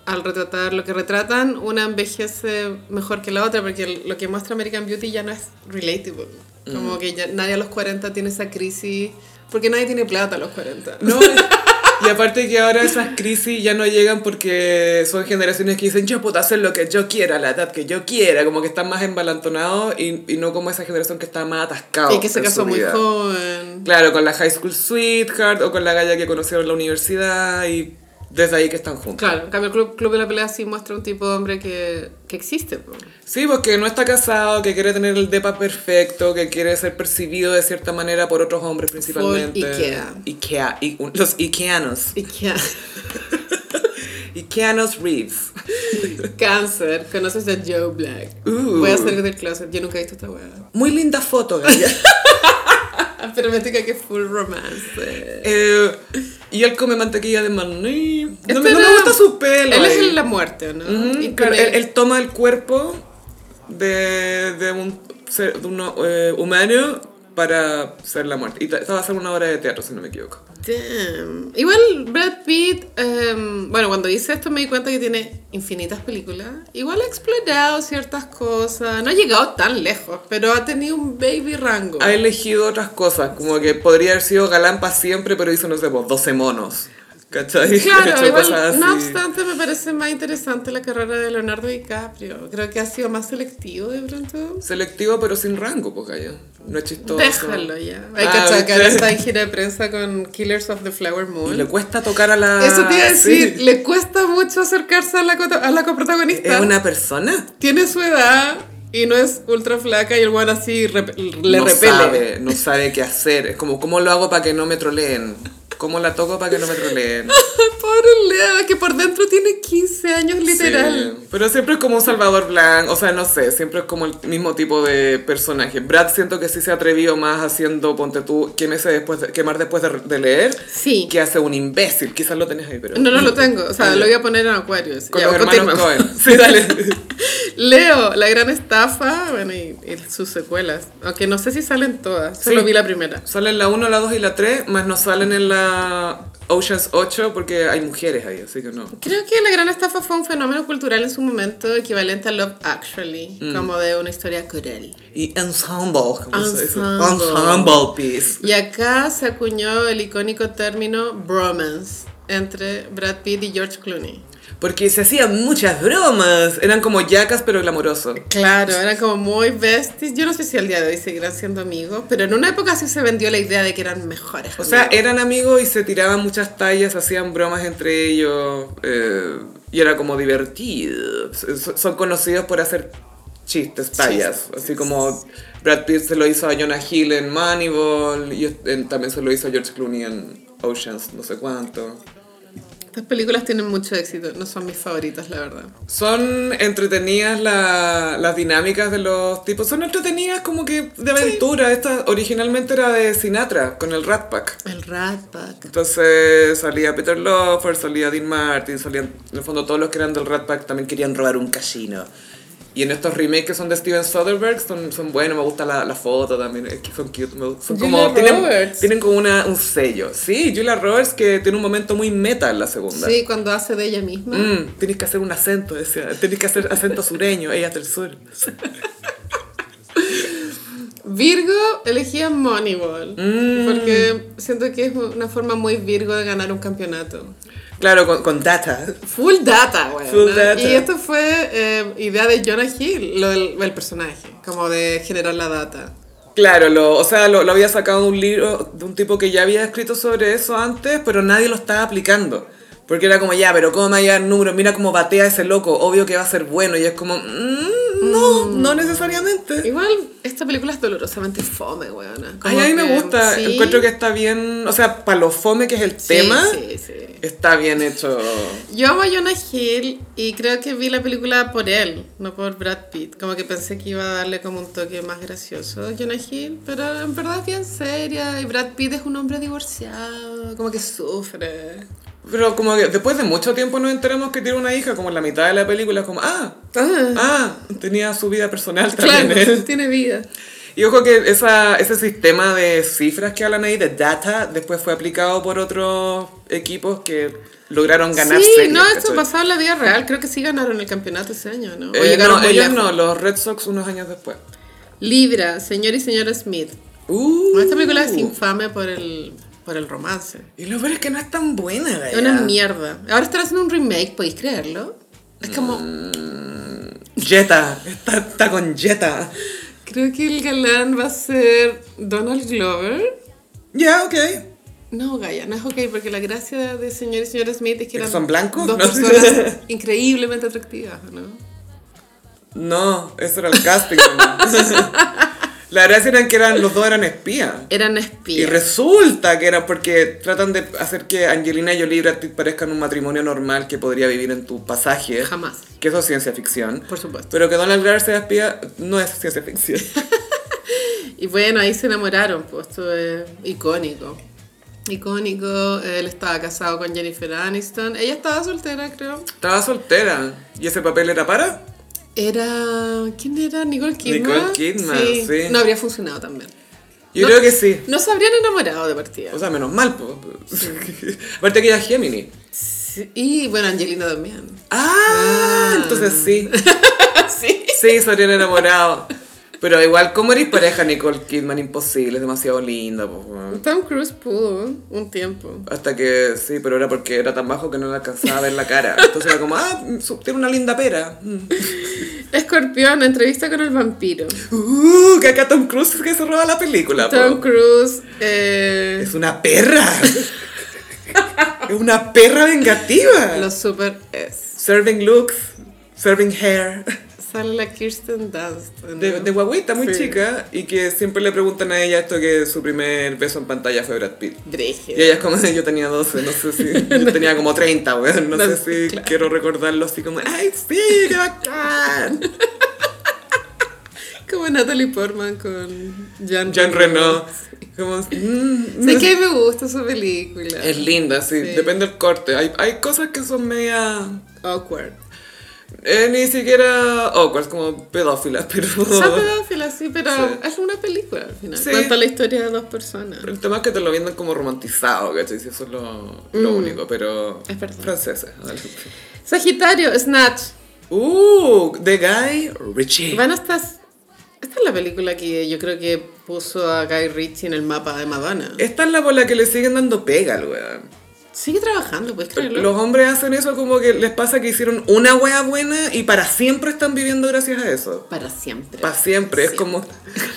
al retratar lo que retratan, una envejece mejor que la otra, porque el- lo que muestra American Beauty ya no es relatable. Como
Mm.
que ya nadie a los 40 tiene esa crisis, porque nadie tiene plata a los 40.
No, y- y aparte que ahora esas crisis ya no llegan porque son generaciones que dicen, yo puedo hacer lo que yo quiera, a la edad que yo quiera. Como que están más embalantonados y, y no como esa generación que está más atascada.
y que se
en su
casó muy
vida.
joven.
Claro, con la high school sweetheart o con la galla que conocieron en la universidad y desde ahí que están juntos.
Claro, en cambio el Club, Club de la Pelea sí muestra un tipo de hombre que, que existe. po.
Sí, porque no está casado, que quiere tener el depa perfecto, que quiere ser percibido de cierta manera por otros hombres principalmente.
Ikea.
Ikea, i- un- los Ikeanos.
Y que...
Ikeanos Reeves.
Cáncer, conoces a Joe Black.
Uh.
Voy a salir del closet, yo nunca he visto esta weá.
Muy linda foto, galla.
Ah, Pero me diga que es full romance.
Eh, y él come mantequilla de maní. No, me-
Este
no
era-
me gusta su pelo.
Él es
ahí.
el la muerte, ¿no?
Ujú,
Y
claro,
con
él, él toma el cuerpo de, de un ser de un, eh, humano para ser la muerte. Y ta- esta va a ser una obra de teatro, si no me equivoco.
Damn. Igual Brad Pitt, em, bueno, cuando hice esto me di cuenta que tiene infinitas películas. Igual ha explorado ciertas cosas. No ha llegado tan lejos, pero ha tenido un baby rango.
Ha elegido otras cosas, como que podría haber sido galán para siempre, pero hizo, no sé, pues, 12 monos. ¿Cachai?
Claro,
Cachai,
igual,
cosas
no
así.
obstante, me parece más interesante la carrera de Leonardo DiCaprio. Creo que ha sido más selectivo de pronto.
Selectivo, pero sin rango, pues, gallo. No es chistoso.
Déjalo ya. Hay que
Ah,
achacar
¿viste?
esta gira de prensa con Killers of the Flower
Y le
Moon.
cuesta tocar a la...
Eso te iba a decir,
Sí.
le cuesta mucho acercarse a la, cota- a la coprotagonista.
¿Es una persona?
Tiene su edad y no es ultra flaca y el one así rep- le
no
repele.
Sabe, no sabe qué hacer. Es como, ¿cómo lo hago para que no me troleen? ¿Cómo la toco para que no me troleen?
Pobre Lea, que por dentro tiene 15 años literal.
Sí, pero siempre es como un Salvador Blanc, o sea, no sé, siempre es como el mismo tipo de personaje. Brad siento que sí se atrevió más haciendo, ponte tú, quémese después de- quemar después de, de leer,
Sí.
que hace un imbécil, quizás lo tenés ahí, pero...
No, no lo tengo. O sea, lo voy a poner en Aquarius.
Ah, Con
Ya,
los hermanos
continuemos.
Cohen. Sí, dale.
Leo, La Gran Estafa, bueno, y, y sus secuelas. Aunque no sé si salen todas. Solo
Sí.
vi la primera.
Salen la 1, la 2 y la 3, más no salen en la Oceans 8 porque hay mujeres ahí, así que no.
Creo que La Gran Estafa fue un fenómeno cultural en su momento equivalente a Love Actually,
Mm.
como de una historia coral.
Y ensemble. ¿cómo se dice?
Ensemble.
Ensemble piece.
Y acá se acuñó el icónico término bromance entre Brad Pitt y George Clooney.
Porque se hacían muchas bromas, eran como yacas pero glamoroso.
Claro, eran como muy besties. Yo no sé si al día de hoy seguirán siendo amigos, pero en una época sí se vendió la idea de que eran mejores.
O sea,
amigos.
eran amigos y se tiraban muchas tallas, hacían bromas entre ellos eh, y era como divertido. So- Son conocidos por hacer chistes, tallas, así como Brad Pitt se lo hizo a Jonah Hill en Moneyball y eh, también se lo hizo a George Clooney en Oceans, no sé cuánto.
Estas películas tienen mucho éxito, no son mis favoritas, la verdad.
Son entretenidas la- las dinámicas de los tipos. Son entretenidas como que de aventura. Esta originalmente era de Sinatra con el Rat Pack.
El Rat Pack.
Entonces salía Peter Loffer, salía Dean Martin, salían en el fondo todos los que eran del Rat Pack también querían robar un casino. Y en estos remakes que son de Steven Soderbergh son, son buenos, me gusta la, la foto también, es que son cute, me gustan. son
Julia
como, tienen,
Roberts.
tienen como una, un sello. Sí, Julia Roberts que tiene un momento muy meta en la segunda.
Sí, cuando hace de ella misma.
Mm, tienes que hacer un acento, decía. Tienes que hacer acento sureño, ella es del sur.
Virgo elegía Moneyball.
Mm.
Porque siento que es una forma muy Virgo de ganar un campeonato.
Claro, con, con data.
Full data, güey.
Full data.
Y esto fue eh, idea de Jonah Hill, lo del el personaje, como de generar la data.
Claro, lo, o sea, lo, lo había sacado de un libro de un tipo que ya había escrito sobre eso antes, pero nadie lo estaba aplicando. Porque era como, ya, pero ¿cómo me va a llegar número? Mira cómo batea ese loco, obvio que va a ser bueno. Y es como, mm, no, no necesariamente.
Igual, esta película es dolorosamente fome, güey.
Ay, a mí me gusta, encuentro que está bien, o sea, para lo fome que es el tema,
Sí, sí.
está bien hecho.
Yo amo a Jonah Hill y creo que vi la película por él, no por Brad Pitt. Como que pensé que iba a darle como un toque más gracioso a Jonah Hill, pero en verdad es bien seria y Brad Pitt es un hombre divorciado, como que sufre.
Pero como que después de mucho tiempo nos enteramos que tiene una hija, como en la mitad de la película, es como, ah, ah, tenía su vida personal también.
claro,
él.
tiene vida.
Y ojo que esa, ese sistema de cifras que hablan ahí, de data, después fue aplicado por otros equipos que lograron ganar
sí,
series,
no, esto
¿cachai?
pasado en la vida real. Creo que sí ganaron el campeonato ese año, ¿no? O
Eh,
llegaron
no,
muy
ellos
lejos.
no, los Red Sox unos años después.
Libra, señor y señora Smith.
Uh,
Esta película es infame por el, por el romance.
Y lo peor es que no es tan buena,
Es
gallo.
una mierda. Ahora están haciendo un remake, ¿podéis creerlo? Es como...
Jetta, está, está con Jetta.
Creo que el galán va a ser Donald Glover.
Ya, ok.
No, Gaia, no es ok, porque la gracia de señor y señora Smith es que
¿Es que
eran
son blancos?
dos
No.
personas increíblemente atractivas, ¿no?
No, eso era el casting. ¿no? la gracia era que eran, los dos eran espías.
Eran
Y
espías.
resulta que era porque tratan de hacer que Angelina y Oliver Brad Pitt parezcan un matrimonio normal que podría vivir en tu pasaje.
Jamás.
Que eso es ciencia ficción.
Por supuesto.
Pero que Donald Glover sea espía no es ciencia ficción.
Y bueno, ahí se enamoraron, pues esto es icónico. Icónico, él estaba casado con Jennifer Aniston. Ella estaba soltera, creo.
Estaba soltera. ¿Y ese papel era para?
Era. ¿Quién era? Nicole Kidman.
Nicole Kidman, sí.
No habría funcionado también.
Yo
No.
creo que sí.
No se habrían enamorado de partida.
O sea, menos mal. po. Aparte que ella es Gemini.
Sí, y bueno, Angelina también.
Ah, entonces sí.
sí.
Ah, Sí, se habrían enamorado. Pero igual, ¿cómo eres pareja Nicole Kidman? Imposible, es demasiado linda. po, weón.
Tom Cruise pudo un tiempo.
Hasta que sí, pero era porque era tan bajo que no le alcanzaba a ver la cara. Entonces era como, ah, su- tiene una linda pera. Mm.
Escorpión, entrevista con el vampiro.
Uh, que acá Tom Cruise es que se roba la película. po.
Tom Cruise, eh,
Es una perra. es una perra vengativa.
lo super es.
Serving looks, serving hair.
Sale la Kirsten Dunst. ¿no?
De, de guagüita, muy
Sí.
chica. Y que siempre le preguntan a ella esto que su primer beso en pantalla fue Brad Pitt.
Brígida.
Y ella es como, yo tenía 12, no sé si. Yo tenía como 30, weón. No,
No,
sé si
claro.
quiero recordarlo así como, ¡ay, sí, qué bacán!
Como Natalie Portman con Jean,
Jean Reno. Como, mm,
Sé que me gusta su película.
es linda, sí.
Sí.
Depende del corte. Hay, hay cosas que son media.
Awkward.
eh, ni siquiera awkward, como pedófilas, pero.
Son pedófilas, sí, pero
Oh. Sí.
es una película al final.
Sí.
Cuenta la historia de dos personas.
El tema es que te lo venden como romantizado, ¿cachai? Si eso es lo, lo único, pero.
Mm. Es verdad.
Francesa. dale.
Sagitario, Snatch.
Uh, The Guy Richie.
Bueno, esta es, esta es la película que yo creo que puso a Guy Ritchie en el mapa de Madonna.
Esta es la por la que le siguen dando pega al weón.
Sigue trabajando, pues, puedes creerlo.
Los hombres hacen eso como que les pasa que hicieron una wea buena y para siempre están viviendo gracias a eso.
Para siempre.
Para siempre. Es
Sí.
como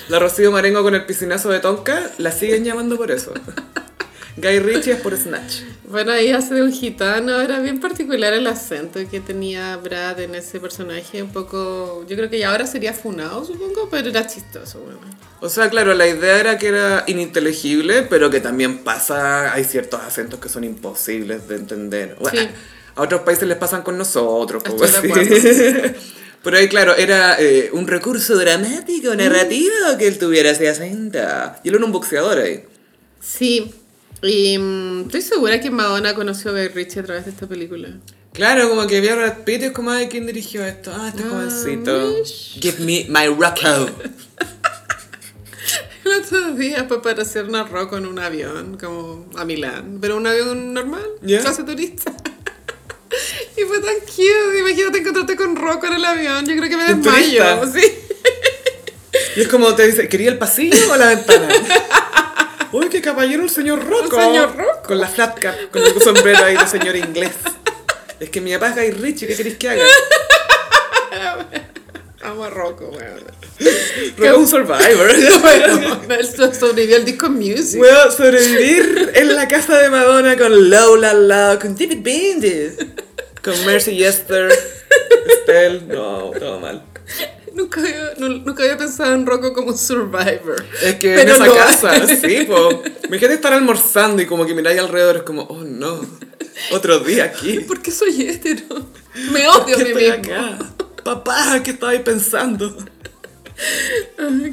la Rocío Marengo con el piscinazo de Tonka, la siguen llamando por eso. Guy Ritchie es por Snatch.
Bueno, ahí hace de un gitano, era bien particular el acento que tenía Brad en ese personaje, un poco, yo creo que ya ahora sería funado, supongo, pero era chistoso, bueno.
O sea, claro, la idea era que era ininteligible, pero que también pasa, hay ciertos acentos que son imposibles de entender. Bueno,
Sí.
A otros países les pasan con nosotros, como
Estoy de
así. Pero ahí, claro, era eh, un
Un recurso
Mm.
dramático, narrativo, que él tuviera ese acento.
Y él era un boxeador ahí.
Sí, y mm, estoy segura que Madonna conoció a Guy Ritchie a través de esta película.
Claro, como que vio a Brad Pitt y es como, ay, ¿quién dirigió esto? Ah, este jovencito.
Give me my Rocco.
El otro día fue para hacer una rock en un avión, como a Milán, pero un avión normal,
Ya.
clase turista. Y fue tan cute, imagínate encontrarte con Rocco en el avión, yo creo que me
¿En
desmayo,
turista?
sí.
Y es como te dice, ¿quería el pasillo o la ventana? Uy, qué caballero el señor Rocco.
El señor Rocco.
Con la flat cap, con el sombrero ahí de señor inglés. Es que mi papá es Guy Ritchie, ¿qué queréis que haga?
Amo a Rocco, weón.
Rocco es un survivor.
Él so- sobrevivió al disco Music.
Puedo sobrevivir en la casa de Madonna con Lola al lado, con David Bendis, con Mercy Yester, Estelle, no, todo mal.
Nunca, había, nu- nunca había pensado en Rocco como un survivor.
Es que
Pero
en esa
lo
casa,
es.
sí, po. Imagínate estar almorzando y como que miráis alrededor, es como, oh no, otro día aquí.
¿Por qué soy hetero? Me odio a
Eh. ¿Qué
mí
estoy
mismo.
acá? Papá, ¿qué estabais pensando?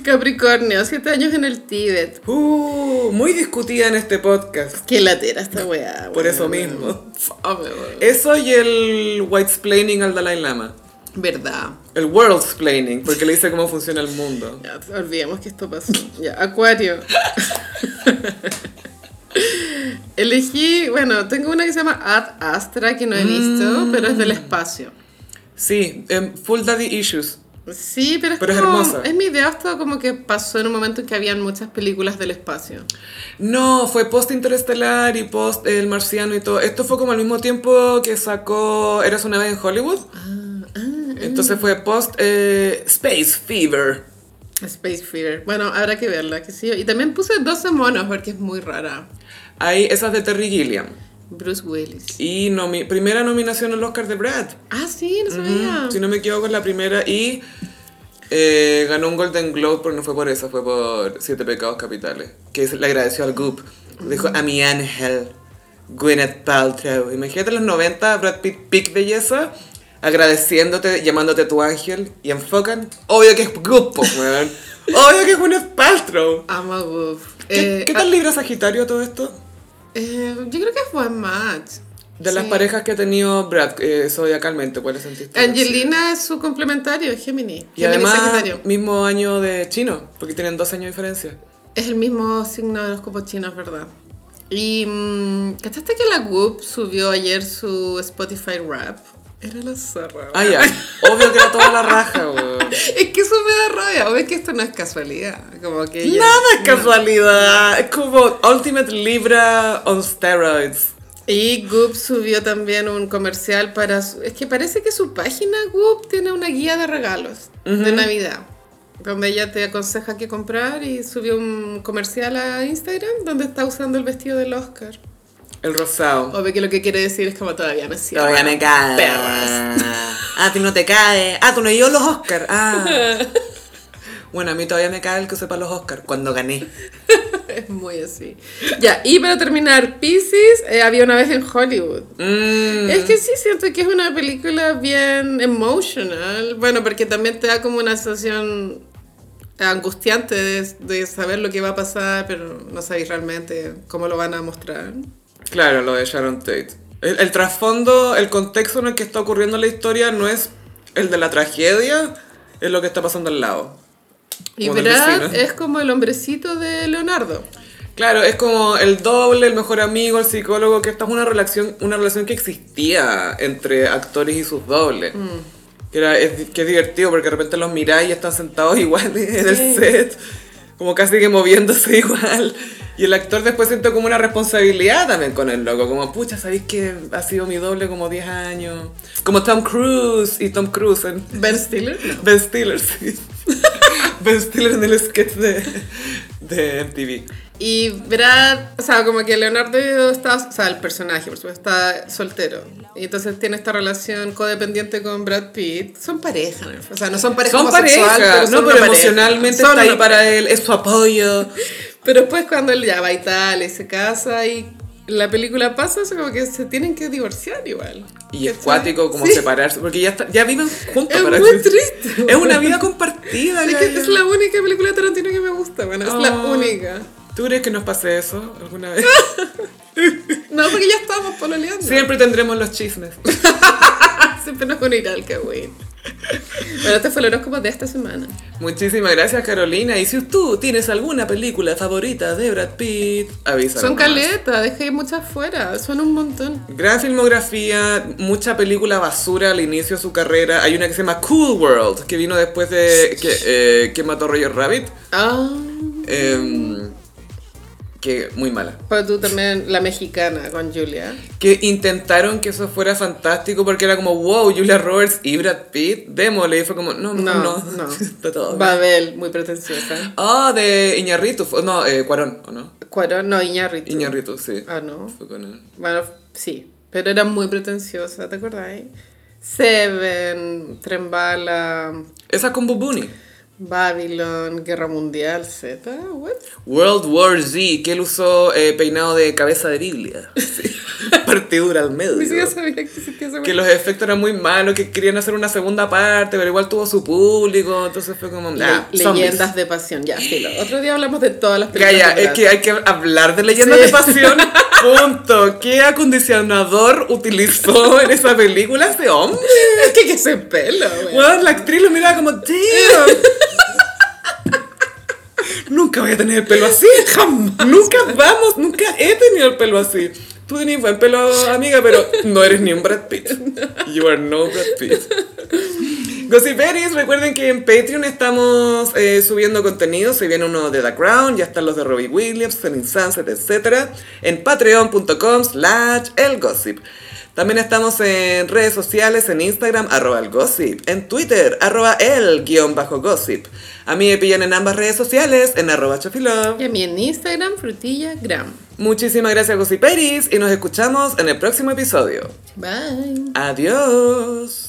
Capricornio, siete años en el Tíbet.
Uh, muy discutida en este podcast,
Qué latera esta weá.
por
weón.
eso mismo.
Fome, weón.
Eso y el whitesplaining al Dalai Lama.
Verdad.
El worldsplaining, porque le dice cómo funciona el mundo.
Ya, olvidemos que esto pasó. Ya, Acuario. Elegí, bueno, tengo una que se llama Ad Astra que no he visto, pero es
Mm.
del espacio.
Sí, em, Full Daddy Issues.
Sí, pero es
Pero es
como,
hermosa.
es mi idea esto como que pasó en un momento en que habían muchas películas del espacio.
No, fue post Interestelar y post El Marciano y todo. Esto fue como al mismo tiempo que sacó Eras una vez en Hollywood.
Ah,
Entonces fue post eh, Space Fever.
Space Fever. Bueno, habrá que verla, qué sé yo. Y también puse 12 monos porque es muy rara.
Ahí esas de Terry Gilliam.
Bruce Willis.
Y nomi- primera nominación al Oscar de Brad.
Ah, sí, no sabía.
Si no me equivoco, es la primera. Y eh, ganó un Golden Globe, pero no fue por esa, fue por Siete Pecados Capitales. Que se- le agradeció al Goop. Dijo a mi ángel, Gwyneth Paltrow. Imagínate en los 90, Brad Pitt, pic belleza, agradeciéndote, llamándote tu ángel. Y enfocan, obvio que es Goop, po, weón. Obvio que es Gwyneth Paltrow.
Amo a Wolf.
¿Qué,
Eh,
qué
ah,
tal libra Sagitario todo esto?
eh, yo creo que es buen match.
De las
Sí.
parejas que ha tenido Brad eh, zodiacalmente, ¿cuál es el
Angelina es su complementario, es Gemini.
Y
Gemini
además,
Sagitario.
mismo año de chino, porque tienen dos años de diferencia.
Es el mismo signo de los copos chinos, ¿verdad? Y mm, ¿cachaste que la Goop subió ayer su Spotify rap? Era la zorra.
Ah,
weón.
ya. Obvio que era toda la raja, weón.
Es que eso me da rabia, ves que esto no es casualidad. Como que ella-
Nada es casualidad. Es como Ultimate Libra on steroids.
Y Goop subió también un comercial para su- Es que parece que su página Goop tiene una guía de regalos de Navidad. Donde ella te aconseja qué comprar y subió un comercial a Instagram donde está usando el vestido del Oscar.
El rosado.
Obvio que lo que quiere decir es como todavía me cierro.
Todavía me cae.
Perras.
Ah, tú no te caes. Ah, tú no yo los Oscar. Ah,
Bueno, a mí todavía me cae el que sepa los Oscar.
cuando gané.
Es muy así. Ya, y para terminar, Pisces eh, había una vez en Hollywood.
Mm,
Es que sí, siento que es una película bien emotional. Bueno, porque también te da como una sensación angustiante de, de saber lo que va a pasar, pero no sabéis realmente cómo lo van a mostrar.
Claro, lo de Sharon Tate. El, el trasfondo, el contexto en el que está ocurriendo la historia no es el de la tragedia, es lo que está pasando al lado.
Y
Como del
Brad
vecino.
es como el hombrecito de Leonardo.
Claro, es como el doble, el mejor amigo, el psicólogo, que esta es una relación, una relación que existía entre actores y sus dobles. Que, era, es, que es divertido porque de repente los miráis y están sentados igual en el set, como casi que moviéndose igual. Y el actor después siente como una responsabilidad también con el loco, como pucha, sabéis que ha sido mi doble como 10 años. Como Tom Cruise y Tom Cruise en
Ben Stiller.
Ben Stiller, sí. ben Stiller en el sketch de, de MTV.
Y Brad, o sea, como que Leonardo está, o sea, el personaje, por supuesto, está soltero. Y entonces tiene esta relación codependiente con Brad Pitt. Son pareja, ¿no? o sea, no son pareja
Son
homosexual,
pareja,
pero
no,
son
pero
una pareja.
emocionalmente
Son
está ahí
una
para él, es su apoyo.
Pero después cuando él ya va a Italia y se casa y la película pasa, eso como que se tienen que divorciar igual.
Y es cuático como
Sí.
separarse, porque ya, está- ya viven juntos.
Es
para
muy
que-
triste.
Es una vida compartida.
Es,
ya,
que
ya.
es la única película de Tarantino que me gusta, bueno, es la
Oh.
única.
¿Tú crees que nos pase eso alguna vez?
No, porque ya estábamos pololeando.
Siempre tendremos los chismes.
Siempre nos van a ir al cagüín. Bueno, este fue el horóscopo de esta semana.
Muchísimas gracias, Carolina. Y si tú tienes alguna película favorita de Brad Pitt, avísanos.
Son
nomás.
caletas, dejé muchas fuera, son un montón.
Gran filmografía, mucha película basura al inicio de su carrera. Hay una que se llama Cool World, que vino después de que, eh, que mató a Roger Rabbit.
Ah,
em, que muy mala.
pero tú también, la mexicana con Julia.
Que intentaron que eso fuera fantástico porque era como, wow, Julia Roberts y Brad Pitt, démosle. Y fue como, no, no,
No,
no.
no.
Está todo bien.
Babel, muy pretenciosa.
Ah, de Iñarritu. No, eh, Cuarón, ¿o no?
Cuarón, no, Iñárritu.
Iñarritu, sí.
Ah, no.
Fue con él.
Bueno, sí, pero era muy pretenciosa, ¿te acordás? Seven, Trembala,
Esa con Bubuni.
Babylon, Guerra Mundial Z, what?
World War Z, que él usó eh, peinado de cabeza de Biblia. Sí. Partidura al medio.
Ni siquiera sabía que existía esa
Que
wea.
los efectos eran muy malos, que querían hacer una segunda parte, pero igual tuvo su público, entonces fue como...
Le-
nah, zombies.
leyendas de pasión, ya, sí, lo- otro día hablamos de todas las películas.
Calla,
de
es
Brad.
que hay que hablar de leyendas
Sí.
de pasión. Punto. ¿Qué acondicionador utilizó en esa película ese hombre?
Es que, que se pelo, wea.
Weón, la actriz lo miraba como, tío. nunca voy a tener el pelo así, jamás. Nunca vamos, nunca he tenido el pelo así. Tú tenías buen pelo, amiga, pero no eres ni un Brad Pitt. You are no Brad Pitt. Gossiperis, recuerden que en Patreon estamos eh, subiendo contenido. Se viene uno de The Crown, ya están los de Robbie Williams, Selling Sunset, etc. En patreon.com slash elgossip. También estamos en redes sociales, en Instagram, arroba elgossip. En Twitter, arroba el guión bajo gossip. A mí me pillan en ambas redes sociales, en arroba chofilove.
Y a mí en Instagram, frutilla gram.
Muchísimas gracias, Gossiperis, y nos escuchamos en el próximo episodio.
Bye.
Adiós.